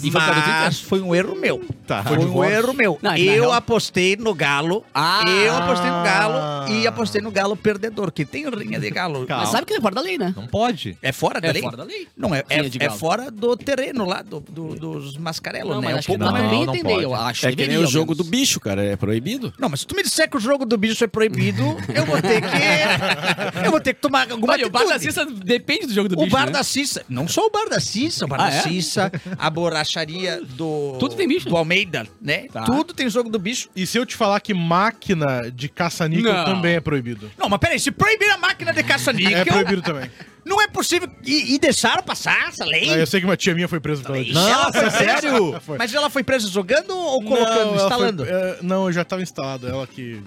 Speaker 3: E foi pelo Twitter?
Speaker 5: Mas foi um erro meu.
Speaker 1: Tá.
Speaker 5: Foi um erro meu.
Speaker 3: Não, na
Speaker 5: eu
Speaker 3: real-
Speaker 5: apostei no Galo.
Speaker 3: Ah!
Speaker 5: Eu apostei no Galo e apostei no Galo perdedor, que tem rinha de Galo.
Speaker 1: Calma.
Speaker 3: Mas sabe que é fora da lei, né?
Speaker 1: Não pode.
Speaker 5: É fora da
Speaker 3: É
Speaker 5: lei?
Speaker 3: fora da lei.
Speaker 5: Não, é, é,
Speaker 3: Rinha de
Speaker 5: é
Speaker 3: galo.
Speaker 5: fora do terreno lá, do, do- dos mascarelos,
Speaker 3: Não, mas
Speaker 5: né? É um
Speaker 3: acho que
Speaker 5: pouco
Speaker 3: não,
Speaker 5: mais-
Speaker 1: não,
Speaker 3: deveria
Speaker 1: não
Speaker 3: entender,
Speaker 1: pode.
Speaker 3: eu acho.
Speaker 4: É que nem
Speaker 3: deveria,
Speaker 4: o
Speaker 3: ao
Speaker 4: jogo do
Speaker 3: menos.
Speaker 4: bicho, cara. É proibido.
Speaker 5: Não, mas se tu me disser que o jogo do bicho é proibido, eu vou ter que. eu vou ter que tomar alguma
Speaker 3: Olha, o bar da
Speaker 5: atitude.
Speaker 3: Cissa depende do jogo do
Speaker 5: O tá
Speaker 3: bicho.
Speaker 5: bar
Speaker 3: né?
Speaker 5: da Cissa. Não só o bar da Cissa, o bar
Speaker 3: Ah,
Speaker 5: da
Speaker 3: é?
Speaker 5: Cissa, a borracharia do.
Speaker 3: Tudo tem bicho.
Speaker 5: Do Almeida, né?
Speaker 3: Tá.
Speaker 5: Tudo tem jogo do bicho.
Speaker 6: E se eu te falar que máquina de caça-níquel
Speaker 3: Não.
Speaker 6: também é proibido?
Speaker 5: Não, mas peraí, se proibir a máquina de
Speaker 6: É
Speaker 5: caça-níquel,
Speaker 6: proibido também.
Speaker 5: não é possível. E, e deixaram passar essa lei?
Speaker 6: Ah, eu sei que uma tia minha foi presa por causa disso.
Speaker 5: Ela foi presa-
Speaker 1: sério?
Speaker 6: Foi.
Speaker 5: Mas ela foi presa jogando ou
Speaker 6: Não,
Speaker 5: colocando,
Speaker 6: ela
Speaker 5: instalando?
Speaker 6: foi- é, não, eu já tava instalado. Ela que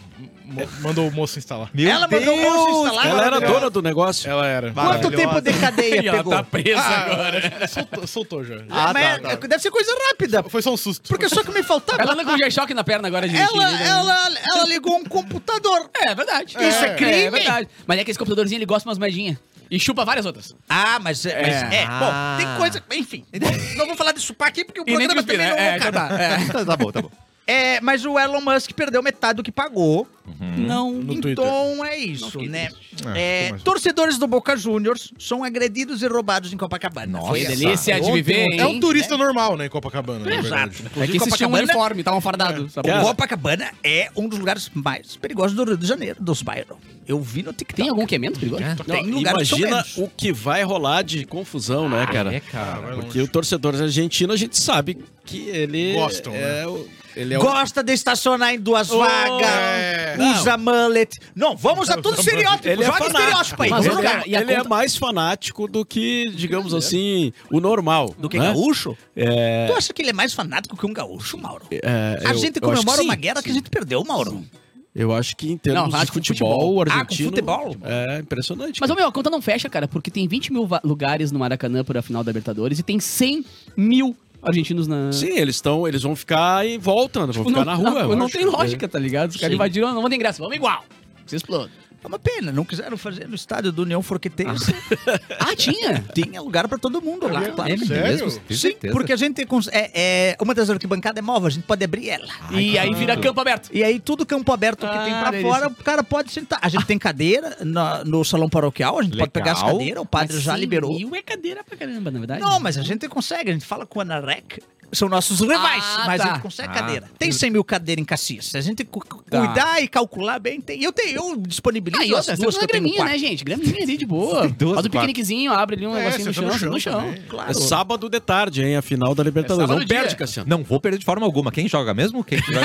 Speaker 6: mo- mandou o moço instalar.
Speaker 1: Meu
Speaker 5: Ela mandou o
Speaker 1: Deus,
Speaker 5: moço instalar?
Speaker 4: Ela era
Speaker 6: maravilhosa.
Speaker 4: dona do negócio.
Speaker 6: Ela era.
Speaker 5: Quanto tempo de cadeia
Speaker 3: E ela
Speaker 5: pegou?
Speaker 3: tá presa agora.
Speaker 6: Ah, soltou, soltou já.
Speaker 5: Ah, mas é- Deve ser coisa rápida.
Speaker 6: Foi só um susto.
Speaker 5: Porque só que me faltava.
Speaker 3: Ela né? anda Tá com o G-Shock na perna agora, gente.
Speaker 5: Ela, ela, ela ligou um computador.
Speaker 3: É verdade.
Speaker 5: Isso é crime?
Speaker 3: É verdade. Mas é que esse computadorzinho ele gosta de umas moedinhas. E chupa várias outras.
Speaker 5: Ah, mas é. mas é,
Speaker 1: Ah.
Speaker 5: Bom, tem coisa. Enfim, não vou falar de chupar aqui porque o
Speaker 3: E nem
Speaker 5: programa
Speaker 3: cuspir,
Speaker 5: também
Speaker 3: né?
Speaker 5: não
Speaker 3: É,
Speaker 5: é,
Speaker 3: então tá. É.
Speaker 1: Tá, tá bom, tá bom.
Speaker 5: é, Mas o Elon Musk perdeu metade do que pagou.
Speaker 3: Não.
Speaker 6: No Twitter.
Speaker 5: Então é isso,
Speaker 3: fiquei
Speaker 5: né?
Speaker 6: É,
Speaker 5: É,
Speaker 6: ficou mais-
Speaker 5: torcedores do Boca Juniors são agredidos e roubados em Copacabana.
Speaker 1: Nossa.
Speaker 5: Foi
Speaker 3: Que
Speaker 5: essa.
Speaker 3: delícia de viver, hein?
Speaker 6: É um turista normal, né, em Copacabana, na
Speaker 3: É
Speaker 6: verdade.
Speaker 3: que
Speaker 5: Inclusive,
Speaker 3: esses tinham um
Speaker 5: Copacabana- um,
Speaker 3: uniforme, estavam fardados. sabe?
Speaker 4: Cara,
Speaker 5: Copacabana é um dos lugares mais perigosos do Rio de Janeiro, dos bairros. Eu vi no TikTok.
Speaker 3: Tem algum que é menos perigoso?
Speaker 4: Não,
Speaker 5: tem lugares que são
Speaker 4: imagina
Speaker 5: menos.
Speaker 4: o que vai rolar de confusão, né, cara?
Speaker 6: Ah,
Speaker 1: cara.
Speaker 4: Porque o torcedor argentino, a gente sabe que ele.
Speaker 6: Gostam,
Speaker 4: é, o- Ele é o-
Speaker 5: Gosta de estacionar em duas vagas,
Speaker 6: é.
Speaker 5: usa mullet. Oh, Não, vamos a todo estereótipo.
Speaker 4: Ele é
Speaker 5: Joga
Speaker 4: fanático.
Speaker 5: estereótipo aí.
Speaker 3: Mas
Speaker 5: vamos
Speaker 4: ele,
Speaker 5: jogar.
Speaker 4: é,
Speaker 3: cara, e a
Speaker 4: ele é
Speaker 3: conta-
Speaker 4: mais fanático do que, digamos assim, o normal.
Speaker 5: É. Do que é
Speaker 4: né?
Speaker 5: gaúcho? Tu acha que ele é mais fanático que um gaúcho, Mauro?
Speaker 4: É,
Speaker 5: a
Speaker 4: eu-
Speaker 5: gente
Speaker 4: eu acho
Speaker 5: comemora
Speaker 4: que
Speaker 5: uma
Speaker 4: sim,
Speaker 5: guerra que a gente perdeu, Mauro.
Speaker 4: Eu acho que em
Speaker 3: Não,
Speaker 4: termos de
Speaker 3: fanático com
Speaker 4: futebol,
Speaker 3: futebol.
Speaker 4: o
Speaker 5: Ah, com
Speaker 4: argentino.
Speaker 5: futebol?
Speaker 4: É impressionante.
Speaker 3: Mas, ô,
Speaker 4: cara.
Speaker 3: meu, a conta não fecha, cara, porque tem 20 mil va- lugares no Maracanã por a final da Libertadores e tem 100 mil argentinos na...
Speaker 4: Sim, eles estão. Eles vão ficar em volta, né? vão
Speaker 3: Tipo,
Speaker 4: ficar
Speaker 3: não,
Speaker 4: na rua.
Speaker 3: Não,
Speaker 4: eu
Speaker 3: não
Speaker 4: acho.
Speaker 3: tem lógica, tá ligado? Os caras
Speaker 5: Sim.
Speaker 3: invadiram, não, não tem graça, vamos igual. Se explode.
Speaker 5: É uma pena, não quiseram fazer no estádio do União Forqueteiros.
Speaker 3: Ah, tinha?
Speaker 5: Tinha lugar pra todo mundo lá,
Speaker 6: É
Speaker 5: claro.
Speaker 6: mesmo? Sério?
Speaker 1: Tem
Speaker 5: Sim,
Speaker 1: certeza?
Speaker 5: porque a gente cons- é, é uma das arquibancadas é nova, a gente pode abrir ela.
Speaker 3: e aí vira campo aberto.
Speaker 5: E aí tudo campo aberto que
Speaker 3: Ah,
Speaker 5: tem pra
Speaker 3: delícia.
Speaker 5: fora, o cara pode sentar. A gente tem cadeira na- no salão paroquial, a gente pode pegar as
Speaker 1: Legal.
Speaker 5: cadeiras, o padre já liberou.
Speaker 3: E é cadeira pra caramba, na verdade.
Speaker 5: Não, mas a gente consegue, a gente fala com o Anarec, são nossos rivais,
Speaker 3: Ah,
Speaker 5: mas
Speaker 3: tá.
Speaker 5: a gente consegue
Speaker 1: Ah.
Speaker 5: cadeira. Tem 100 mil cadeiras em Caxias, se a gente cu- cu-
Speaker 3: Tá.
Speaker 5: cuidar e calcular bem, tem. Eu tenho, eu disponibilizo
Speaker 3: Ah, e outra,
Speaker 5: as
Speaker 3: você
Speaker 5: duas que
Speaker 3: usa
Speaker 5: eu tenho no
Speaker 3: graminha,
Speaker 5: quarto.
Speaker 3: né, gente? Graminha ali de
Speaker 1: duas
Speaker 3: boa. Faz um
Speaker 1: no quarto.
Speaker 3: piqueniquezinho, abre ali um
Speaker 6: É,
Speaker 3: negocinho no
Speaker 6: senta no
Speaker 3: chão, senta no
Speaker 6: chão
Speaker 3: chão.
Speaker 6: também.
Speaker 5: Claro.
Speaker 4: É sábado de tarde, hein? A final
Speaker 5: É
Speaker 4: da Libertadores.
Speaker 3: sábado
Speaker 4: não
Speaker 3: dia.
Speaker 4: perde, Cassiano.
Speaker 1: Não vou perder de forma alguma. Quem joga mesmo? Quem joga?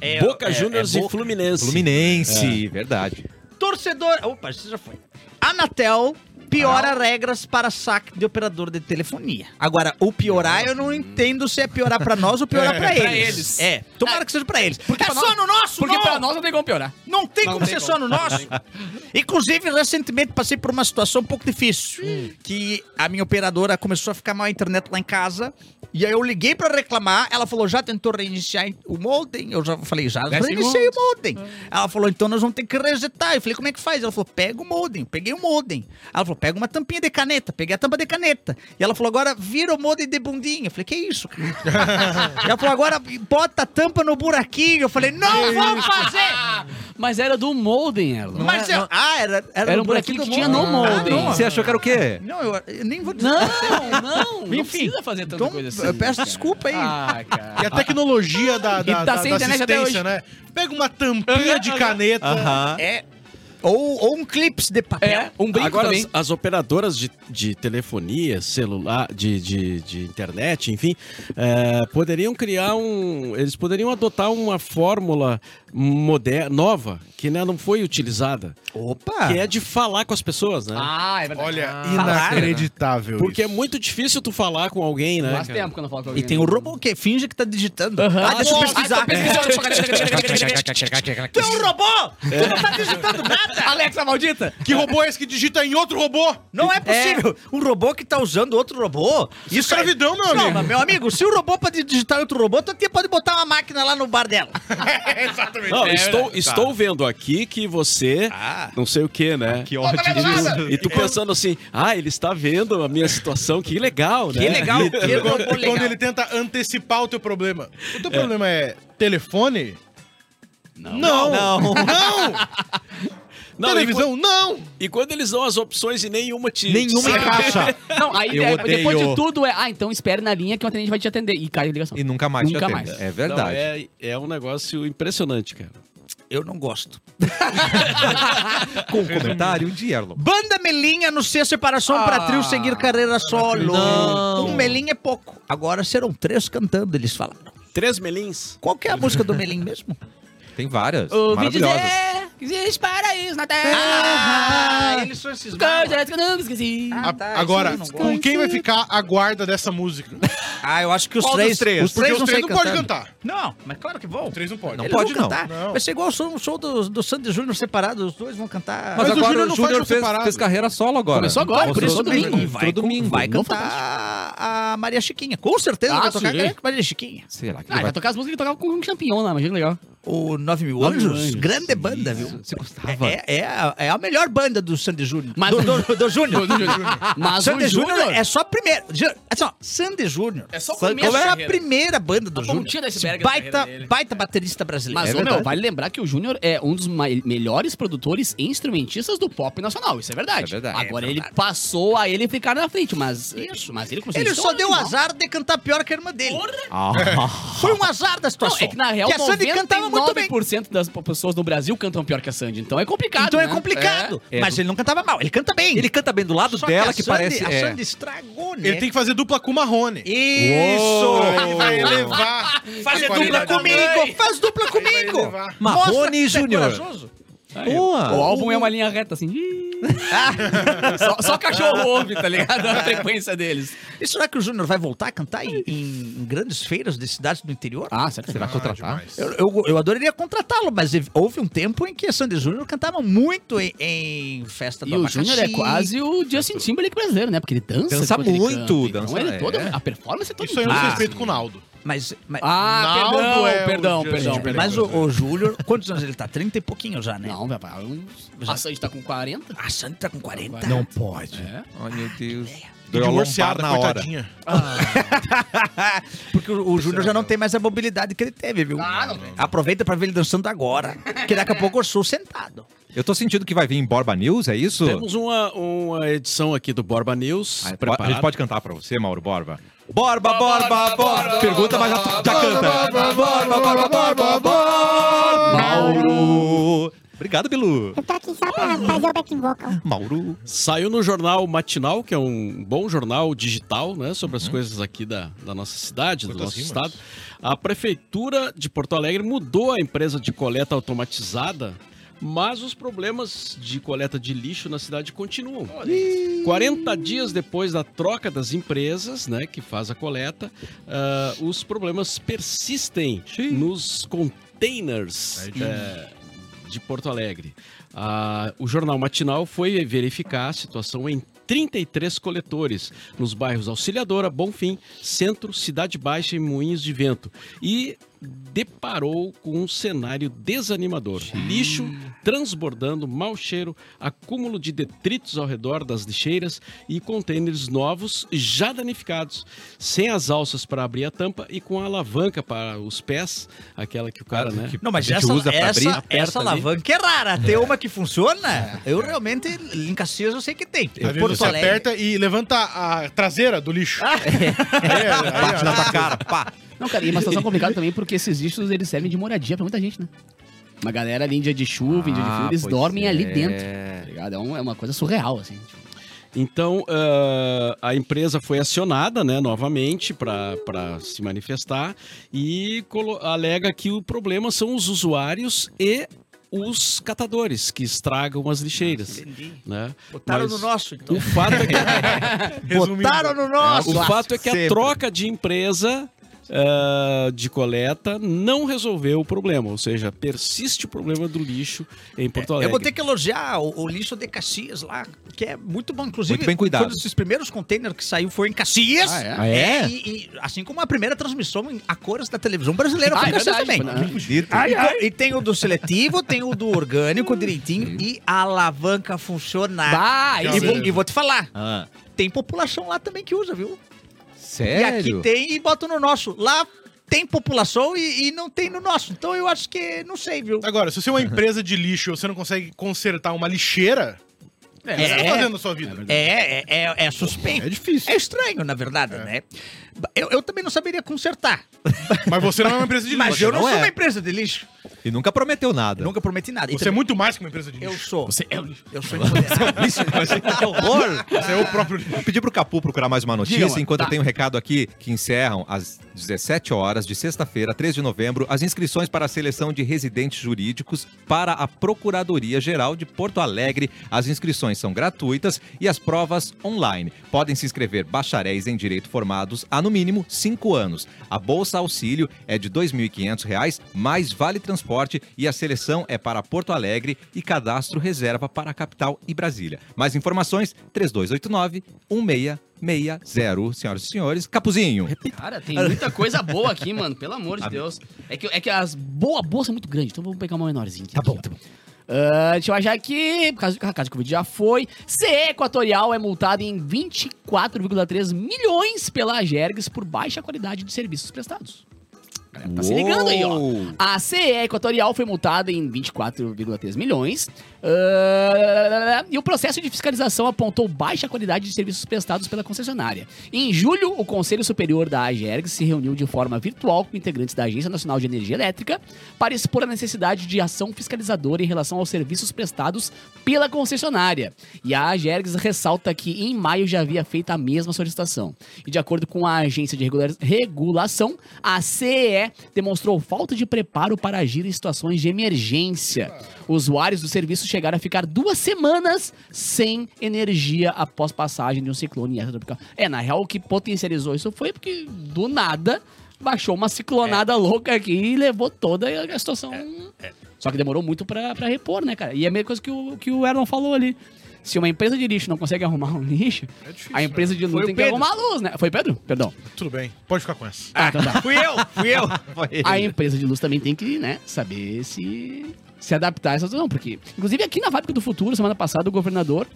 Speaker 5: É,
Speaker 4: Boca
Speaker 5: é,
Speaker 4: Juniors
Speaker 5: é
Speaker 4: e Fluminense.
Speaker 1: Fluminense, verdade.
Speaker 5: Torcedor. Opa, isso já foi. Anatel piora regras para saque de operador de telefonia. Agora, o piorar, eu não entendo se é piorar pra nós ou piorar pra eles.
Speaker 3: pra eles.
Speaker 5: É, tomara que seja pra eles. Porque é
Speaker 3: pra
Speaker 5: só
Speaker 3: nós-
Speaker 5: no nosso,
Speaker 3: Porque
Speaker 5: não!
Speaker 3: pra nós não tem como piorar.
Speaker 5: Não tem
Speaker 3: Não
Speaker 5: como
Speaker 3: tem
Speaker 5: ser
Speaker 3: como.
Speaker 5: só no nosso. Inclusive, recentemente passei por uma situação um pouco difícil. Que a minha operadora começou a ficar mal a internet lá em casa. E aí eu liguei pra reclamar. Ela falou, já tentou reiniciar o modem? Eu já falei, já
Speaker 3: Dez
Speaker 5: reiniciei o modem. Ela falou, então nós vamos ter que resetar. Eu falei, como é que faz? Ela falou, pega o modem. Peguei o modem. Ela falou, pega uma tampinha de caneta. Peguei a tampa de caneta. E ela falou, agora vira o modem de bundinha. Eu falei, que isso, cara? ela falou, agora bota a tampa no buraquinho. Eu falei, não vou fazer!
Speaker 3: Mas era do Molden, Erlon.
Speaker 5: Mas eu- ah, era, era,
Speaker 3: é, Era
Speaker 5: um
Speaker 3: um buraquinho
Speaker 5: buraquinho do
Speaker 3: que tinha no molde.
Speaker 5: Ah,
Speaker 1: Você achou que era o quê?
Speaker 5: não, não eu, eu nem vou dizer.
Speaker 3: Não, não. Não
Speaker 5: Enfim,
Speaker 3: precisa fazer tanta
Speaker 5: Então,
Speaker 3: coisa assim.
Speaker 5: eu peço
Speaker 3: cara.
Speaker 5: desculpa aí.
Speaker 3: Ah, cara.
Speaker 6: E a tecnologia da,
Speaker 3: E
Speaker 6: da,
Speaker 3: tá
Speaker 6: da,
Speaker 3: sem
Speaker 6: da
Speaker 3: internet até
Speaker 6: assistência, né? Pega uma tampinha de caneta.
Speaker 1: Aham.
Speaker 5: É, Ou, ou um clips de papel.
Speaker 3: É, um brinco
Speaker 4: Agora,
Speaker 3: também.
Speaker 4: as, as operadoras de, de telefonia, celular, de, de, de internet, enfim, eh, poderiam criar um. Eles poderiam adotar uma fórmula moderna, nova, que né, não foi utilizada,
Speaker 5: Opa!
Speaker 4: que é de falar com as pessoas, né?
Speaker 3: Ah, é verdade.
Speaker 6: Olha,
Speaker 3: Falaram, né?
Speaker 6: inacreditável.
Speaker 4: Porque é
Speaker 6: isso.
Speaker 4: muito difícil tu falar com alguém, né?
Speaker 3: Faz
Speaker 4: cara?
Speaker 3: tempo que eu não falo com
Speaker 5: E
Speaker 3: alguém. né?
Speaker 5: tem o robô que finge que tá digitando.
Speaker 3: Aham.
Speaker 5: Ah, deixa eu
Speaker 3: Nossa,
Speaker 5: pesquisar.
Speaker 3: tô pesquisando.
Speaker 5: Tu é um robô! Tu não tá digitando nada!
Speaker 3: Alexa maldita!
Speaker 6: Que robô é esse que digita em outro robô?
Speaker 5: Não é possível! Um robô que tá usando outro robô.
Speaker 6: Isso é escravidão, meu amigo.
Speaker 5: Não, mas, meu amigo, se o robô pode digitar em outro robô, tu até pode botar uma máquina lá no bar dela.
Speaker 6: Exatamente.
Speaker 4: Não,
Speaker 6: É,
Speaker 4: estou,
Speaker 6: tá.
Speaker 4: estou vendo aqui que você.
Speaker 1: Ah.
Speaker 4: Não sei o que, né?
Speaker 1: Que ódio.
Speaker 4: E tu pensando assim, ah, ele está vendo a minha situação, que legal, né?
Speaker 5: Que legal,
Speaker 4: E-
Speaker 5: que
Speaker 6: Quando,
Speaker 5: robô
Speaker 6: quando
Speaker 5: legal.
Speaker 6: ele tenta antecipar o teu problema. O teu problema é telefone? Não. Não.
Speaker 4: Não, e
Speaker 6: Televisão? Não.
Speaker 4: quan- e quando eles dão as opções e nenhuma te.
Speaker 5: Nenhuma encaixa.
Speaker 3: Não, aí
Speaker 1: Eu
Speaker 3: é, depois
Speaker 1: odeio.
Speaker 3: de tudo é, ah, então espere na linha que o atendente vai te atender. E cai a ligação.
Speaker 1: E nunca mais
Speaker 3: Nunca
Speaker 1: te atende.
Speaker 3: mais.
Speaker 1: É verdade.
Speaker 4: Não, é, é um negócio impressionante, cara.
Speaker 5: Eu não gosto.
Speaker 1: Com o comentário de Erlon.
Speaker 5: Banda Melinha anuncia separação para trio seguir carreira solo. Um Melim é pouco. Agora serão três cantando, eles falaram.
Speaker 4: Três melins.
Speaker 5: Qual que é a música do Melim mesmo?
Speaker 1: Tem várias.
Speaker 3: Ouvi
Speaker 1: maravilhosas.
Speaker 3: dizer que existe paraíso na
Speaker 5: Ah,
Speaker 3: terra.
Speaker 5: eles são esses
Speaker 3: Coisas que eu não esqueci.
Speaker 5: Ah, tá, isso
Speaker 6: Agora,
Speaker 5: eu não gosto.
Speaker 6: com quem vai ficar a guarda dessa música?
Speaker 5: Ah, eu acho que os
Speaker 1: Qual dos
Speaker 5: três,
Speaker 1: três?
Speaker 5: Os
Speaker 6: Porque
Speaker 5: três
Speaker 6: os
Speaker 5: não
Speaker 6: três
Speaker 5: sei
Speaker 6: não pode
Speaker 5: cantando.
Speaker 6: cantar.
Speaker 5: Não, mas claro que vão.
Speaker 6: Os três não podem.
Speaker 1: Não
Speaker 5: Eles
Speaker 1: pode,
Speaker 5: vão
Speaker 1: não.
Speaker 5: cantar.
Speaker 6: Não.
Speaker 5: Vai ser igual o show, o show do, do Santos e Júnior separado. Os dois vão cantar.
Speaker 1: Mas,
Speaker 6: Mas o
Speaker 1: agora
Speaker 6: Júnior
Speaker 1: o
Speaker 6: não faz
Speaker 1: Júnior
Speaker 6: show
Speaker 1: fez,
Speaker 6: separado.
Speaker 1: fez carreira solo agora.
Speaker 3: Começou agora,
Speaker 1: Mostrou
Speaker 3: começou domingo.
Speaker 5: E vai,
Speaker 1: Mostrou domingo.
Speaker 5: vai
Speaker 1: Não
Speaker 5: cantar a Maria Chiquinha. Com certeza
Speaker 3: Ah,
Speaker 5: vai tocar
Speaker 3: sim.
Speaker 5: a Maria Chiquinha.
Speaker 1: Será que
Speaker 3: Ah,
Speaker 1: ele
Speaker 3: vai
Speaker 1: vai...
Speaker 3: tocar as músicas que tocava com um champignon lá, imagina que legal.
Speaker 5: O 9 Mil
Speaker 3: Nove Mil
Speaker 5: Anjos,
Speaker 3: Anjos.
Speaker 5: grande banda, viu?
Speaker 1: Você gostava?
Speaker 5: É, é, a, é a melhor banda do Sandy Júnior.
Speaker 3: Mas-
Speaker 5: Do, do, do Júnior.
Speaker 1: Ah,
Speaker 3: Mas
Speaker 5: Sandy
Speaker 3: o
Speaker 5: Júnior
Speaker 3: Júnior
Speaker 5: é só a primeira. Ju- Assim, ó, Sandy Júnior.
Speaker 3: É só o
Speaker 5: Sandy-
Speaker 3: começo
Speaker 5: é
Speaker 3: da
Speaker 5: a
Speaker 3: carreira.
Speaker 5: primeira banda do
Speaker 3: A
Speaker 5: Júnior.
Speaker 3: pontinha do iceberg da
Speaker 5: Baita,
Speaker 3: carreira dele.
Speaker 5: baita baterista brasileiro.
Speaker 3: Mas,
Speaker 5: É
Speaker 3: ô, meu,
Speaker 5: verdade.
Speaker 3: vale lembrar que o Júnior é um dos mai- melhores produtores e instrumentistas do pop nacional. Isso é verdade.
Speaker 1: É verdade.
Speaker 3: Agora
Speaker 1: É
Speaker 3: ele passou a ele ficar na frente, mas. Mas ele começou a
Speaker 5: Ele
Speaker 3: ser
Speaker 5: só
Speaker 3: um
Speaker 5: deu
Speaker 3: animal.
Speaker 5: azar de cantar pior que a irmã dele.
Speaker 1: Ah,
Speaker 5: Foi um azar da situação.
Speaker 3: Não, é que na real,
Speaker 5: a Sandy cantava muito bem.
Speaker 3: 99% das po- pessoas no Brasil cantam pior que a Sandy. Então é complicado.
Speaker 5: Então é
Speaker 3: né?
Speaker 5: complicado.
Speaker 1: É.
Speaker 5: Mas ele não cantava mal, ele canta bem.
Speaker 1: ele canta bem do lado
Speaker 5: Só
Speaker 1: dela
Speaker 5: a
Speaker 1: que,
Speaker 5: Sandy-
Speaker 1: parece...
Speaker 5: A
Speaker 1: é.
Speaker 5: Sandy estragou, né?
Speaker 6: Ele tem que fazer dupla com o Marrone.
Speaker 5: Isso!
Speaker 6: Ele vai elevar.
Speaker 5: Fazer
Speaker 6: a
Speaker 5: dupla
Speaker 6: qualidade da
Speaker 5: comigo! Faz dupla comigo!
Speaker 6: elevar.
Speaker 1: Marrone
Speaker 5: Mostra que tu é
Speaker 1: Júnior.
Speaker 5: corajoso.
Speaker 3: Aí,
Speaker 1: Boa.
Speaker 3: O álbum é uma linha reta, assim. só, só cachorro ouve, tá ligado? A frequência deles.
Speaker 5: E será que o Júnior vai voltar a cantar em, em grandes feiras de cidades do interior?
Speaker 3: Ah, será que
Speaker 1: Você
Speaker 3: será?
Speaker 1: vai contratar?
Speaker 5: Eu, eu, eu adoraria contratá-lo, mas ev- houve um tempo em que a Sandy Júnior cantava muito em, em festa do
Speaker 3: E o
Speaker 5: abacaxi.
Speaker 3: Júnior é quase o Justin Timberlake brasileiro, né? Porque ele dança.
Speaker 1: Dança
Speaker 3: enquanto ele
Speaker 1: muito,
Speaker 3: canta. Então
Speaker 1: dança,
Speaker 3: ele toda,
Speaker 1: é.
Speaker 3: A performance é toda
Speaker 6: Isso aí eu não
Speaker 3: Ah,
Speaker 6: respeito com o Naldo.
Speaker 5: Mas, mas,
Speaker 3: Ah,
Speaker 6: Naldo
Speaker 3: perdão,
Speaker 6: é o
Speaker 3: perdão,
Speaker 6: Justin
Speaker 3: perdão,
Speaker 6: Timberlake.
Speaker 3: perdão.
Speaker 5: mas o, o Júnior, quantos anos ele tá? Trinta e pouquinho já, né?
Speaker 3: Não, meu pai. A Sandy tá com 40.
Speaker 5: A Sandy tá com 40.
Speaker 3: Não
Speaker 5: pode.
Speaker 3: É.
Speaker 1: Ai, meu Deus. Deu a lombar
Speaker 6: Divorciada,
Speaker 1: na hora.
Speaker 6: coitadinha.
Speaker 5: Tá Porque o, o Júnior já não tem mais a mobilidade que ele teve, viu?
Speaker 3: é Ah, não tem.
Speaker 5: Aproveita pra ver ele dançando agora, que daqui a pouco eu sou sentado.
Speaker 1: Eu tô sentindo que vai vir em Borba News, é isso?
Speaker 4: Temos uma, uma edição aqui do Borba News.
Speaker 1: Ah, po- A
Speaker 4: preparada.
Speaker 1: gente pode cantar pra você, Mauro Borba. Borba, Borba, Borba. Pergunta, mas já, já canta. Borba, Borba, Borba, Borba. Mauro. Obrigado, Bilu.
Speaker 7: Eu tô aqui só pra fazer o backing vocal.
Speaker 1: Mauro.
Speaker 4: Saiu no jornal Matinal, que é um bom jornal digital, né? Sobre as coisas aqui da, da nossa cidade, do
Speaker 6: Uhum. Quantas
Speaker 4: nosso
Speaker 6: rimas.
Speaker 4: estado. A prefeitura de Porto Alegre mudou a empresa de coleta automatizada, mas os problemas de coleta de lixo na cidade continuam. 40 dias depois da troca das empresas, né, que faz a coleta, ah, os problemas persistem nos containers eh,
Speaker 6: é.
Speaker 4: de Porto Alegre. Ah, o jornal matinal foi verificar a situação em 33 coletores nos bairros Auxiliadora, Bonfim, Centro, Cidade Baixa e Moinhos de Vento e deparou com um cenário desanimador. Lixo transbordando, mau cheiro, acúmulo de detritos ao redor das lixeiras e contêineres novos já danificados, sem as alças para abrir a tampa e com a alavanca para os pés, aquela que o cara, né?
Speaker 5: Não, mas
Speaker 1: A gente
Speaker 5: essa,
Speaker 1: usa pra abrir,
Speaker 5: essa,
Speaker 1: aperta
Speaker 5: essa
Speaker 4: ali.
Speaker 5: alavanca é rara. Tem uma que funciona. Eu realmente, em Caxias, eu sei que tem.
Speaker 6: Às vezes você aperta e levanta a traseira do lixo.
Speaker 5: Ah!
Speaker 6: Aí é- aí é-
Speaker 1: Bate na tua cara, pá.
Speaker 3: tá Não, cara, e é uma situação complicada também porque esses lixos eles servem de moradia pra muita gente, né? Uma galera ali em dia de chuva, em dia de frio,
Speaker 1: Ah,
Speaker 3: eles
Speaker 1: pois
Speaker 3: dormem ali
Speaker 1: é.
Speaker 3: dentro. Tá ligado? É, um- é uma coisa surreal, assim. tipo.
Speaker 4: Então, ah, a empresa foi acionada né, novamente para se manifestar e colo- alega que o problema são os usuários e os catadores que estragam as lixeiras. Né?
Speaker 5: Ah, Botaram
Speaker 4: Mas
Speaker 5: no nosso, então.
Speaker 4: O fato é que
Speaker 5: Botaram no nosso!
Speaker 4: O fato é que
Speaker 1: Sempre.
Speaker 4: a troca de empresa ah, de coleta não resolveu o problema, ou seja, persiste o problema do lixo em Porto Alegre.
Speaker 5: É, Eu vou ter que elogiar o, o lixo de Caxias lá, que é muito bom. Inclusive,
Speaker 1: Muito bem cuidado.
Speaker 5: foi um dos primeiros containers que saiu foi em Caxias.
Speaker 3: Ah, é?
Speaker 1: Ah, é?
Speaker 5: E, e assim como a primeira transmissão em- a cores da televisão brasileira
Speaker 3: Ah, é
Speaker 5: foi em Caxias também.
Speaker 3: foi na-
Speaker 1: Fudido.
Speaker 5: E co- E tem o do seletivo, tem o do orgânico direitinho e a alavanca funcionar.
Speaker 3: Bah,
Speaker 5: E
Speaker 3: isso é
Speaker 5: vou,
Speaker 3: aí.
Speaker 5: e vou te falar,
Speaker 1: Ah,
Speaker 5: tem população lá também que usa, viu? E
Speaker 1: sério?
Speaker 5: aqui tem e bota no nosso. Lá tem população e, e não tem no nosso. Então eu acho que não sei, viu?
Speaker 6: Agora, se você é uma empresa de lixo e você não consegue consertar uma lixeira, o que você tá fazendo na sua vida?
Speaker 5: É, é, é, é suspeito.
Speaker 6: É difícil.
Speaker 5: É estranho, na verdade, né? Eu, eu também não saberia consertar.
Speaker 6: Mas você não é uma empresa de lixo.
Speaker 5: Mas eu não,
Speaker 1: não
Speaker 5: sou
Speaker 1: é.
Speaker 5: uma empresa de lixo.
Speaker 1: E nunca prometeu nada.
Speaker 5: Nunca prometi nada. E
Speaker 6: Você é
Speaker 5: também-
Speaker 6: muito mais que uma empresa de
Speaker 5: Eu
Speaker 6: lixo.
Speaker 5: sou. Você é o lixo. Eu sou empoderado.
Speaker 1: Que um horror!
Speaker 6: Você é o próprio lixo.
Speaker 1: Vou pedir pro Capu procurar mais uma notícia,
Speaker 3: mano.
Speaker 1: enquanto eu
Speaker 3: Tá.
Speaker 1: tenho um recado aqui que encerram às 17 horas de sexta-feira, 3 de novembro, as inscrições para a seleção de residentes jurídicos para a Procuradoria Geral de Porto Alegre. As inscrições são gratuitas e as provas online. Podem se inscrever bacharéis em direito formados há no mínimo 5 anos. A bolsa auxílio é de R$ 2.500 mais vale transporte e a seleção é para Porto Alegre e cadastro reserva para a capital e Brasília. Mais informações 3289 1660, senhoras e senhores. Capuzinho.
Speaker 3: Cara, tem muita coisa boa aqui, mano. Pelo amor de Deus. É que, é que as boa boas são muito grandes, então vamos pegar uma menorzinha. Aqui, tá bom, tá bom. deixa eu achar aqui, por causa, por causa de Covid já foi. CE Equatorial é multado em 24,3 milhões pela Agergs por baixa qualidade de serviços prestados. A galera tá se ligando aí, ó.
Speaker 1: Uou.
Speaker 3: A CE Equatorial foi multada em 24,3 milhões. Ah, e o processo de fiscalização apontou baixa qualidade de serviços prestados pela concessionária. Em julho, o Conselho Superior da AGERG se reuniu de forma virtual com integrantes da Agência Nacional de Energia Elétrica para expor a necessidade de ação fiscalizadora em relação aos serviços prestados pela concessionária. E a AGERGS ressalta que em maio já havia feito a mesma solicitação. E de acordo com a agência de regular- regulação, a CE demonstrou falta de preparo para agir em situações de emergência. Usuários do serviço chegaram a ficar duas semanas sem energia após passagem de um ciclone tropical. É, na real, o que potencializou isso foi porque do nada baixou uma ciclonada louca aqui e levou toda a situação. Só que demorou muito pra, pra repor, né, cara? E é a mesma coisa que o, que o Erlon falou ali. Se uma empresa de lixo não consegue arrumar um lixo,
Speaker 6: É difícil,
Speaker 3: a empresa de luz
Speaker 5: o
Speaker 3: tem que
Speaker 5: Pedro.
Speaker 3: arrumar a luz, né? Foi Pedro? Perdão.
Speaker 6: Tudo bem, pode ficar com essa.
Speaker 3: Ah, então tá.
Speaker 5: fui eu, fui eu.
Speaker 3: A empresa de luz também tem que, né, saber se se adaptar a essa situação, porque inclusive aqui na fábrica do futuro, semana passada, o governador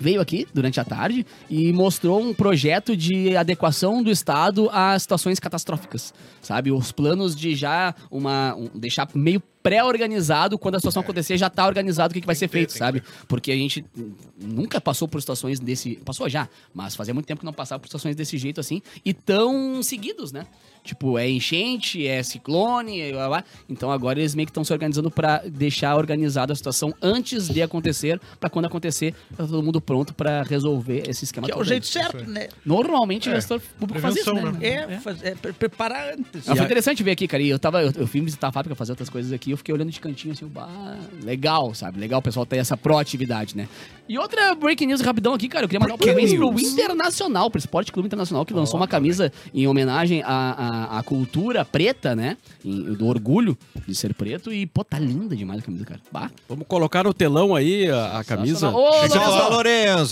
Speaker 3: veio aqui durante a tarde e mostrou um projeto de adequação do estado a situações catastróficas, sabe? Os planos de já uma um- deixar meio pré-organizado quando a situação acontecer já tá organizado o que, que vai ser feito, sabe? Porque a gente hum, nunca passou por situações desse, passou já, mas fazia muito tempo que não passava por situações desse jeito assim e tão seguidos, né? Tipo, é enchente, é ciclone, é blá, blá. então agora eles meio que estão se organizando pra deixar organizada a situação antes de acontecer, pra quando acontecer, tá todo mundo pronto pra resolver esse esquema.
Speaker 5: Que é o
Speaker 3: todo
Speaker 5: jeito
Speaker 3: aí.
Speaker 5: certo, né?
Speaker 3: Normalmente o gestor público faz isso,
Speaker 6: prevenção,
Speaker 3: né?
Speaker 5: É, faz- é pre- preparar antes.
Speaker 3: Ah, foi interessante ver aqui, cara. E eu tava, eu, eu fui visitar a fábrica, fazer outras coisas aqui, eu fiquei olhando de cantinho assim, bah, legal, sabe? Legal o pessoal ter essa proatividade, né? E outra breaking news rapidão aqui, cara. Eu queria mandar um parabéns pro Internacional, pro Esporte Clube Internacional, que lançou uma camisa em homenagem à, à, à cultura preta, né? Em- do orgulho de ser preto. E, pô, tá linda demais a camisa, cara. Bah,
Speaker 4: Vamos colocar no telão aí a, a camisa.
Speaker 3: sensacional. Ô,
Speaker 1: Só lá,
Speaker 3: Lorenzo!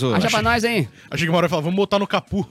Speaker 1: Lorenzo.
Speaker 3: Acha pra nós, hein?
Speaker 6: Achei que uma hora eu falava, vamos botar no capu.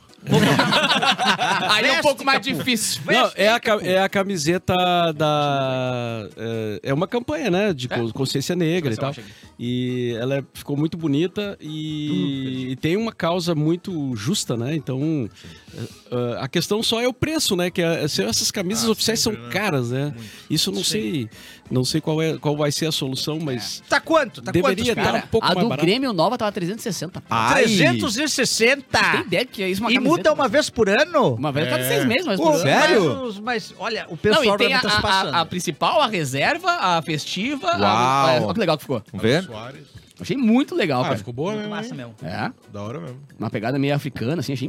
Speaker 3: Aí é um pouco mais difícil.
Speaker 4: Não, é a, ca- é a camiseta da. eh, É uma campanha, né? De con- consciência negra e tal. E ela é- ficou muito bonita e, e tem uma causa muito justa, né? Então, eh, eh, a questão só é o preço, né? Que eh, se essas camisas
Speaker 6: Ah,
Speaker 4: oficiais
Speaker 6: sempre,
Speaker 4: são
Speaker 6: né?
Speaker 4: caras, né? Isso eu não sei, não sei qual, é, qual vai ser a solução, mas
Speaker 5: Tá quanto? Tá
Speaker 4: deveria
Speaker 5: quantos,
Speaker 4: estar
Speaker 5: cara?
Speaker 4: um pouco
Speaker 3: a
Speaker 4: mais
Speaker 3: do
Speaker 4: barato.
Speaker 3: Grêmio Nova tava 360. pá.
Speaker 1: Ai.
Speaker 5: 360.
Speaker 3: Tem ideia que é isso uma
Speaker 5: e
Speaker 3: camiseta
Speaker 5: muda uma vez por ano?
Speaker 3: Uma vez a cada
Speaker 6: É.
Speaker 3: seis meses, mas
Speaker 5: Pô,
Speaker 3: por
Speaker 1: Pô,
Speaker 3: ano.
Speaker 1: sério?
Speaker 5: Mas, os- mas, olha, o
Speaker 3: Não,
Speaker 5: pessoal
Speaker 3: e
Speaker 5: não,
Speaker 3: tem a,
Speaker 5: tá se
Speaker 3: a-
Speaker 5: passando.
Speaker 3: a, a principal, a reserva, a festiva.
Speaker 1: Uau.
Speaker 3: A, olha que legal que ficou.
Speaker 1: Vamos ver?
Speaker 6: Soares.
Speaker 3: Achei muito legal,
Speaker 6: Ah,
Speaker 3: cara.
Speaker 6: ficou boa mesmo.
Speaker 5: Massa
Speaker 6: hein?
Speaker 5: mesmo.
Speaker 3: É,
Speaker 6: Da hora mesmo.
Speaker 3: uma pegada meio africana, assim, achei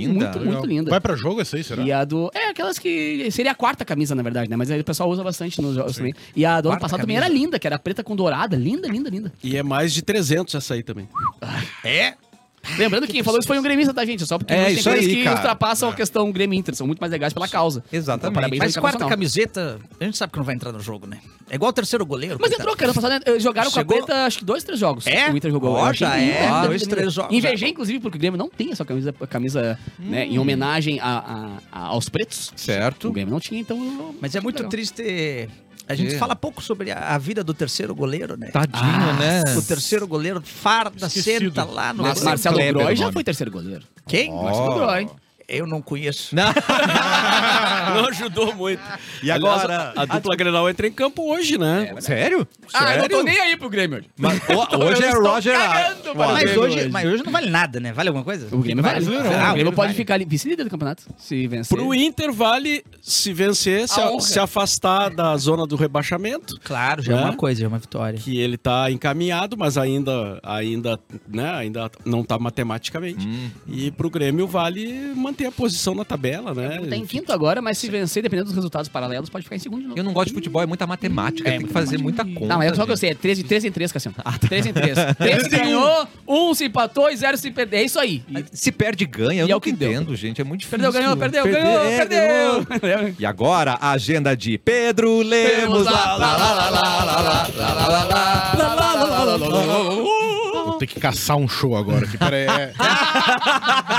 Speaker 1: linda.
Speaker 3: muito,
Speaker 1: Legal.
Speaker 3: muito linda.
Speaker 6: Vai pra jogo essa aí, será?
Speaker 3: E a do. É, aquelas que. Seria a quarta camisa, na verdade, né? Mas aí o pessoal usa bastante nos jogos também. E a do ano
Speaker 5: Quarta
Speaker 3: passado também era
Speaker 5: camisa.
Speaker 3: linda, que era preta com dourada. Linda, linda, linda.
Speaker 4: E é mais de 300 essa aí também.
Speaker 3: Lembrando que quem falou isso foi um gremista, tá, gente? Só porque
Speaker 1: É,
Speaker 3: tem
Speaker 1: isso
Speaker 3: coisas
Speaker 1: aí,
Speaker 3: que
Speaker 1: cara.
Speaker 3: ultrapassam a questão Grêmio e Inter. São muito mais legais pela causa. Então,
Speaker 1: Exatamente.
Speaker 3: parabéns
Speaker 5: Mas
Speaker 3: pra
Speaker 5: quarta
Speaker 3: camisa.
Speaker 5: camiseta, a gente sabe que não vai entrar no jogo, né? É igual o terceiro goleiro.
Speaker 3: Mas
Speaker 5: coitado.
Speaker 3: entrou, cara. Ano passado eh, jogaram com
Speaker 5: Chegou-
Speaker 3: a preta, acho que dois, três jogos.
Speaker 5: É?
Speaker 3: O Inter jogou. né?
Speaker 5: Ó,
Speaker 3: Eu achei
Speaker 5: já
Speaker 3: linda,
Speaker 5: é.
Speaker 3: linda,
Speaker 5: Dois,
Speaker 3: linda,
Speaker 5: três
Speaker 3: linda.
Speaker 5: jogos.
Speaker 3: Invejei, inclusive, porque o Grêmio não tem essa camisa, camisa né, em homenagem a- a- a- aos pretos. O
Speaker 1: Certo.
Speaker 3: Grêmio não tinha, então... eu-
Speaker 5: Mas é muito
Speaker 3: Legal.
Speaker 5: triste. A gente
Speaker 1: É.
Speaker 5: fala pouco sobre a, a vida do terceiro goleiro, né?
Speaker 1: Tadinho, né?
Speaker 5: O terceiro goleiro farda,
Speaker 6: Esquecido.
Speaker 5: senta lá no.
Speaker 3: Mas
Speaker 5: banco.
Speaker 3: Marcelo
Speaker 1: Kleber,
Speaker 3: Groy
Speaker 1: o
Speaker 3: já
Speaker 1: nome.
Speaker 3: foi terceiro goleiro.
Speaker 5: Quem?
Speaker 3: Marcelo Groy.
Speaker 5: Eu não conheço.
Speaker 1: Não.
Speaker 4: Não ajudou muito.
Speaker 1: E
Speaker 4: Aliás,
Speaker 1: agora? É.
Speaker 4: a, a dupla Grenal entra em campo hoje, né?
Speaker 1: Sério?
Speaker 3: Ah, eu não
Speaker 1: Sério?
Speaker 3: tô nem aí pro Grêmio.
Speaker 1: Mas ho- hoje é
Speaker 3: Eu estou
Speaker 1: Roger
Speaker 3: cagando para
Speaker 1: Waters.
Speaker 3: o
Speaker 5: Mas
Speaker 3: Grêmio
Speaker 5: hoje, mas hoje não vale nada, né? Vale alguma coisa?
Speaker 3: O Grêmio vale.
Speaker 5: Ah,
Speaker 3: o Grêmio pode
Speaker 5: vale.
Speaker 3: ficar ali vice-líder do campeonato, se vencer.
Speaker 4: Pro Inter vale se vencer, se,
Speaker 3: A
Speaker 4: a-
Speaker 3: honra.
Speaker 4: se afastar da zona do rebaixamento,
Speaker 5: Claro, já é
Speaker 4: Né?
Speaker 5: uma coisa, já é uma vitória.
Speaker 4: que ele tá encaminhado, mas ainda ainda, né, ainda não tá matematicamente.
Speaker 1: Hum.
Speaker 4: E pro Grêmio vale manter a posição na tabela, né?
Speaker 3: Tá em quinto agora, mas se vencer, dependendo dos resultados paralelos, pode ficar em segundo de novo.
Speaker 1: Eu não gosto de futebol, é muita matemática. tem que fazer muita conta.
Speaker 3: Não, mas é só o que eu
Speaker 1: gente.
Speaker 3: sei, é 3 de 3 em 3, Cassiano. 3 em 3. 3 ganhou, 1 se empatou e 0 se perdeu. É isso aí. E
Speaker 1: Se perde, ganha. Eu
Speaker 3: E é o
Speaker 1: não
Speaker 3: que deu.
Speaker 1: entendo, gente. É muito difícil.
Speaker 3: Perdeu, ganhou, perdeu,
Speaker 1: Perder-
Speaker 3: ganhou,
Speaker 1: é,
Speaker 3: perdeu.
Speaker 1: ganhou. E agora, a agenda de Pedro Lemos. Lá, lá, lá, lá, lá, lá, lá, lá, lá, lá, lá.
Speaker 6: Vou ter que caçar um show agora aqui. Peraí. É...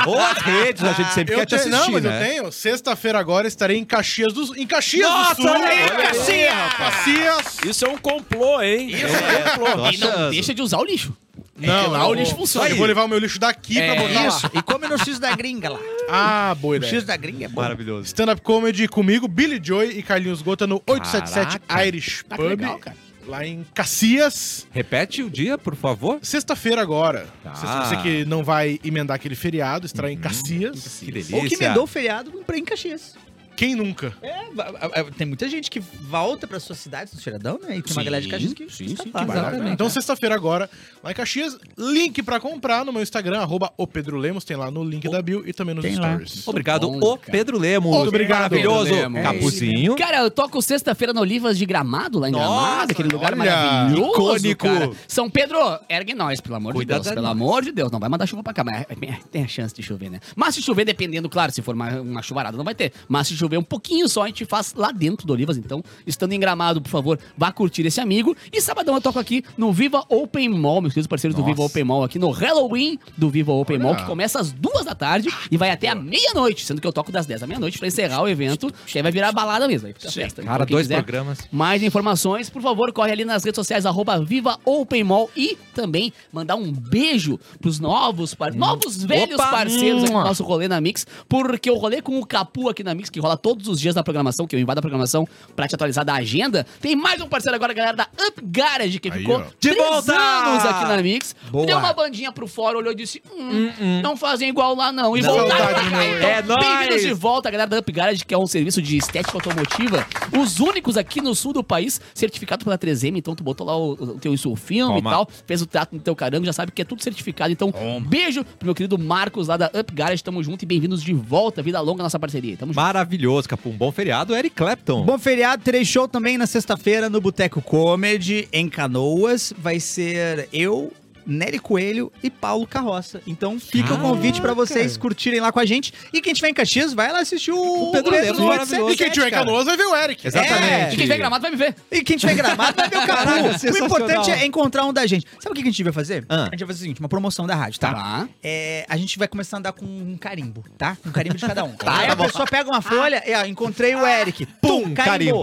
Speaker 1: Ou as redes, a gente sempre
Speaker 6: eu
Speaker 1: quer te
Speaker 6: tenho-
Speaker 1: assistir,
Speaker 6: não, mas
Speaker 1: né?
Speaker 6: eu tenho. Sexta-feira agora estarei em Caxias do Sul. Em Caxias do Sul!
Speaker 1: olha aí,
Speaker 6: Caxias! Caxias!
Speaker 4: Isso é um complô, hein? Isso
Speaker 1: É, tô
Speaker 3: E não
Speaker 1: achando.
Speaker 3: deixa de usar o lixo.
Speaker 6: Não,
Speaker 3: que lá
Speaker 6: eu
Speaker 3: o lixo
Speaker 6: vou-
Speaker 3: funciona.
Speaker 6: Eu vou levar o meu lixo daqui pra botar lá.
Speaker 5: Isso. E come no X da gringa lá.
Speaker 6: Ah, boa
Speaker 5: O X
Speaker 6: ideia.
Speaker 5: da gringa é bom.
Speaker 1: Maravilhoso.
Speaker 6: Stand-up comedy comigo, Billy Joy e Carlinhos Gota no 877
Speaker 1: Caraca.
Speaker 6: Irish
Speaker 5: Tá
Speaker 3: Ah, que
Speaker 6: Pub,
Speaker 3: legal, cara.
Speaker 6: lá em Caxias.
Speaker 1: Repete o dia, por favor.
Speaker 6: Sexta-feira agora.
Speaker 1: Tá.
Speaker 6: Se Você que não vai emendar aquele feriado, estará em Caxias.
Speaker 1: Que delícia.
Speaker 5: Ou que emendou o feriado pra ir em Caxias.
Speaker 6: Quem nunca?
Speaker 5: É, va- a- a- tem muita gente que volta pra suas cidades no feriadão, né? E tem uma
Speaker 3: Sim,
Speaker 5: galera de Caxias que
Speaker 3: sim, sim,
Speaker 5: tá
Speaker 3: que vai lá.
Speaker 5: lá.
Speaker 3: Exatamente,
Speaker 6: Então, sexta-feira agora, lá em Caxias. Link pra comprar no meu Instagram, arroba o Pedro Lemos. Tem lá no link da bio e também nos
Speaker 2: tem lá.
Speaker 6: stories.
Speaker 1: Obrigado,
Speaker 3: Bom,
Speaker 1: o
Speaker 3: cara.
Speaker 1: Pedro Lemos.
Speaker 6: Muito obrigado,
Speaker 1: Maravilhoso.
Speaker 3: Pedro Lemos.
Speaker 1: Capuzinho.
Speaker 3: Cara, eu toco sexta-feira no Olivas de Gramado, lá em
Speaker 1: Nossa,
Speaker 3: Gramado, aquele lugar
Speaker 6: olha,
Speaker 3: maravilhoso.
Speaker 1: icônico.
Speaker 3: cara. São Pedro, ergue nós, pelo amor
Speaker 1: Cuida
Speaker 3: de Deus.
Speaker 1: da
Speaker 3: Pelo
Speaker 1: nós.
Speaker 3: amor de Deus, não vai mandar chuva pra cá, mas é, tem a chance de chover, né? Mas se chover, dependendo, claro, se for uma, uma chuvarada, não vai ter. Mas se chover um pouquinho só, a gente faz lá dentro do Olivas. Então, estando em Gramado, por favor, vá curtir esse amigo. E sabadão eu toco aqui no Viva Open Mall, meus queridos parceiros do Viva Open Mall, aqui no Halloween do Viva Open Mall, que começa às duas da tarde e vai até a meia-noite, sendo que eu toco das 10 da meia-noite pra encerrar o evento, que aí vai virar balada mesmo. Aí fica festa.
Speaker 1: Cara,
Speaker 3: quem
Speaker 1: dois
Speaker 3: quiser
Speaker 1: programas.
Speaker 3: mais informações, por favor, corre ali nas redes sociais, arroba Viva Open Mall e também mandar um beijo pros novos, par... novos velhos
Speaker 1: Opa!
Speaker 3: parceiros aqui do
Speaker 1: Mua!
Speaker 3: nosso rolê na Mix, porque o rolê com o Capu aqui na Mix, que rola todos os dias na programação, que eu invado a programação pra te atualizar da agenda, tem mais um parceiro agora, a galera da Up Garage, que
Speaker 6: Aí,
Speaker 3: ficou
Speaker 6: ó.
Speaker 1: De
Speaker 3: três
Speaker 1: volta!
Speaker 3: anos aqui na Mix,
Speaker 5: Boa.
Speaker 3: deu uma bandinha pro fora, olhou e disse, hum, não fazem igual lá não, e voltaram pra
Speaker 6: Saudade,
Speaker 3: cá,
Speaker 6: né?
Speaker 3: então,
Speaker 1: É
Speaker 3: bem-vindos
Speaker 1: nóis!
Speaker 3: de volta, galera da Up Garage, que é um serviço de estética automotiva. Os únicos aqui no sul do país, certificado pela 3M. Então, tu botou lá o, o teu insulfilme e
Speaker 1: Toma.
Speaker 3: tal, fez o trato no teu caramba, já sabe que é tudo certificado. Então, beijo pro meu querido Marcos lá da Up Garage. Tamo junto e bem-vindos de volta. Vida longa, nossa parceria. Tamo junto.
Speaker 1: Maravilhoso, Capu. Um bom feriado, Eric Clapton.
Speaker 5: Bom feriado, terei show também na sexta-feira no Boteco Comedy, em Canoas. Vai ser eu, Nery Coelho e Paulo Carroça. Então fica o convite pra vocês curtirem lá com a gente. E quem tiver em Caxias, vai lá assistir o,
Speaker 1: O Pedro Lemos,
Speaker 5: no
Speaker 1: maravilhoso.
Speaker 5: 877,
Speaker 6: E quem tiver em
Speaker 5: cara.
Speaker 6: Canoas vai ver o Eric.
Speaker 5: é.
Speaker 1: Exatamente.
Speaker 3: E É, quem tiver gramado vai me ver.
Speaker 5: E quem tiver gramado vai ver o
Speaker 1: Caralho,
Speaker 5: Capu. O
Speaker 1: sensacional.
Speaker 5: importante é encontrar um da gente. Sabe o que a gente vai fazer?
Speaker 1: Ah.
Speaker 5: A gente vai fazer o seguinte, uma promoção da rádio, tá? É, a gente vai começar a andar com um carimbo, tá? Um carimbo de cada um.
Speaker 1: Tá,
Speaker 5: Aí
Speaker 1: tá
Speaker 5: a
Speaker 1: bom.
Speaker 5: pessoa pega uma folha e, ó, encontrei o Eric. Pum,
Speaker 1: Pum,
Speaker 5: carimbou.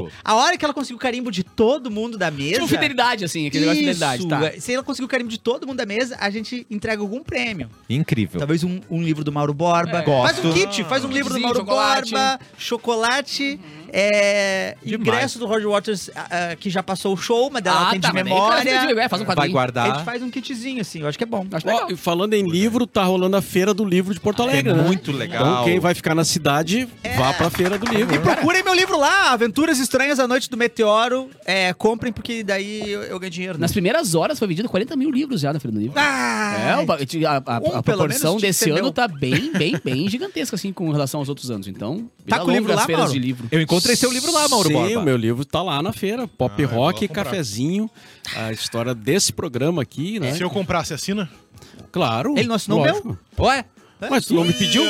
Speaker 1: carimbo.
Speaker 5: A hora que ela conseguiu o carimbo de todo mundo da mesa...
Speaker 3: Tipo fidelidade, assim, aquele negócio de fidelidade,
Speaker 5: Isso,
Speaker 3: tá?
Speaker 5: é. Se ela conseguiu o carimbo de todo mundo da mesa, a gente entrega algum prêmio.
Speaker 1: Incrível.
Speaker 3: Tá
Speaker 5: Talvez um, um livro do Mauro Borba.
Speaker 1: É.
Speaker 5: Faz um
Speaker 1: Gosto.
Speaker 5: kit, faz um livro do
Speaker 3: Kitzinho,
Speaker 5: Mauro
Speaker 3: chocolate.
Speaker 5: Borba, chocolate, É,
Speaker 1: Demais.
Speaker 5: ingresso do Roger Waters, ah, ah, que já passou o show, Ah, tá, mas ela tem de
Speaker 3: Ah, tá, mas daí traz de
Speaker 5: memória.
Speaker 3: memória, faz um
Speaker 1: Vai
Speaker 3: quadrinho.
Speaker 5: A gente
Speaker 1: guardar.
Speaker 5: faz um kitzinho, assim, eu acho que é bom.
Speaker 3: Acho
Speaker 4: Ó,
Speaker 3: legal.
Speaker 4: e falando em livro, tá rolando a feira do livro de Porto
Speaker 1: É
Speaker 4: Alegre, né?
Speaker 1: muito
Speaker 4: Então
Speaker 1: legal.
Speaker 4: quem vai ficar na cidade, vá pra feira do livro.
Speaker 5: E procurem meu livro lá, Aventuras Estranhas à Noite do Meteoro. É, comprem, porque daí eu, eu ganho dinheiro. né?
Speaker 3: Nas primeiras horas foi vendido 40 mil livros já né, na Feira do Livro.
Speaker 5: Ah,
Speaker 3: É, o ba- a, a- a
Speaker 5: Um, pelo
Speaker 3: proporção
Speaker 5: menos, tinha
Speaker 3: desse
Speaker 5: que ser
Speaker 3: ano
Speaker 5: meu.
Speaker 3: tá bem, bem, bem gigantesca, assim, com relação aos outros anos. Então, vida
Speaker 5: Tá com o livro
Speaker 3: longa as
Speaker 5: lá,
Speaker 3: feiras
Speaker 5: Mauro?
Speaker 3: de livro.
Speaker 1: Eu encontrei seu livro lá, Mauro
Speaker 4: Sim,
Speaker 1: Borba.
Speaker 4: o meu livro tá lá na feira. Pop
Speaker 6: Ah, eu vou
Speaker 4: Rock,
Speaker 6: comprar.
Speaker 4: Cafezinho, a história desse programa aqui, né?
Speaker 6: Se eu comprasse, assina?
Speaker 4: Claro.
Speaker 5: Ele não assinou o meu?
Speaker 1: Ué?
Speaker 4: Mas tu não me pediu?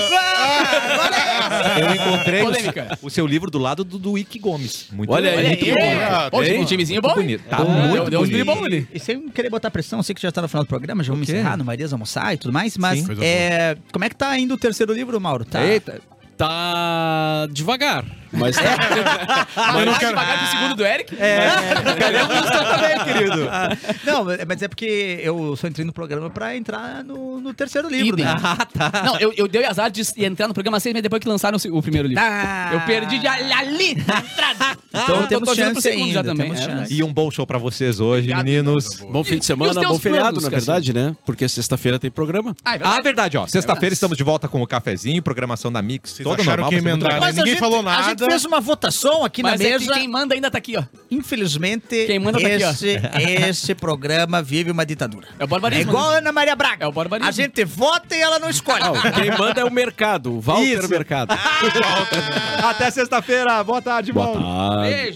Speaker 1: Eu encontrei o-
Speaker 3: Polêmica.
Speaker 1: o seu livro do lado do, do Ike Gomes. Muito
Speaker 4: Olha
Speaker 1: legal.
Speaker 4: aí,
Speaker 1: Muito
Speaker 4: é.
Speaker 1: bom.
Speaker 5: ah,
Speaker 4: cara.
Speaker 3: Ó,
Speaker 4: Bem,
Speaker 3: time- timezinho bom, hein?
Speaker 1: bonito. Tá
Speaker 3: Ah,
Speaker 1: muito
Speaker 3: deu- deu uns
Speaker 1: bonito.
Speaker 3: bom ali.
Speaker 5: E sem querer botar pressão, eu sei que já tá no final do programa, já vamos
Speaker 1: quê?
Speaker 5: encerrar, no Marias almoçar e tudo mais, mas
Speaker 6: Sim. Coisa
Speaker 5: é, como é que tá indo o terceiro livro, Mauro? Tá.
Speaker 1: Eita.
Speaker 4: Tá devagar. Mas tá.
Speaker 3: Mas
Speaker 5: Ah,
Speaker 6: não
Speaker 3: não
Speaker 6: quero-
Speaker 3: pagar pro segundo do Eric?
Speaker 5: É, Não, mas é porque eu só entrei no programa pra entrar no, no terceiro livro,
Speaker 3: Idem.
Speaker 5: né?
Speaker 1: Ah, tá.
Speaker 3: Não, eu, eu dei azar de entrar no programa seis meses depois que lançaram o se- o primeiro livro.
Speaker 5: Ah.
Speaker 3: Eu perdi de ali, ali na entrada.
Speaker 5: Então temos
Speaker 3: tô vindo pro
Speaker 5: chance
Speaker 3: segundo
Speaker 5: ainda,
Speaker 3: já também.
Speaker 5: temos
Speaker 3: é.
Speaker 5: chance.
Speaker 1: E um bom show pra vocês hoje,
Speaker 3: Obrigado.
Speaker 1: meninos.
Speaker 4: bom fim de
Speaker 3: E os
Speaker 4: semana,
Speaker 3: teus
Speaker 4: bom feriado,
Speaker 3: planos,
Speaker 4: na verdade, né? Porque sexta-feira tem programa.
Speaker 3: Ah, é verdade.
Speaker 1: Ah, verdade, ó. Sexta-feira estamos de volta com o cafezinho, programação da Mix.
Speaker 6: Vocês
Speaker 1: todo
Speaker 6: acharam
Speaker 1: normal,
Speaker 6: que
Speaker 1: vai ser muito
Speaker 6: emendaram?
Speaker 1: legal.
Speaker 6: Ninguém falou
Speaker 5: A gente
Speaker 6: nada.
Speaker 5: fez uma votação aqui
Speaker 3: Mas
Speaker 5: na
Speaker 3: é que
Speaker 5: mesa.
Speaker 3: quem manda ainda tá aqui, ó.
Speaker 5: Infelizmente,
Speaker 3: Quem manda tá aqui, ó.
Speaker 5: este, este programa vive uma ditadura.
Speaker 3: É o
Speaker 5: É
Speaker 3: barbarismo.
Speaker 5: igual a
Speaker 3: né?
Speaker 5: Ana Maria Braga.
Speaker 3: É o barbarismo.
Speaker 5: A gente vota e ela não escolhe.
Speaker 4: Quem manda é o mercado, o Walter
Speaker 1: Isso.
Speaker 4: Mercado.
Speaker 1: Até sexta-feira. Boa tarde,
Speaker 4: Boa
Speaker 1: irmão.
Speaker 4: tarde.
Speaker 3: Beijo.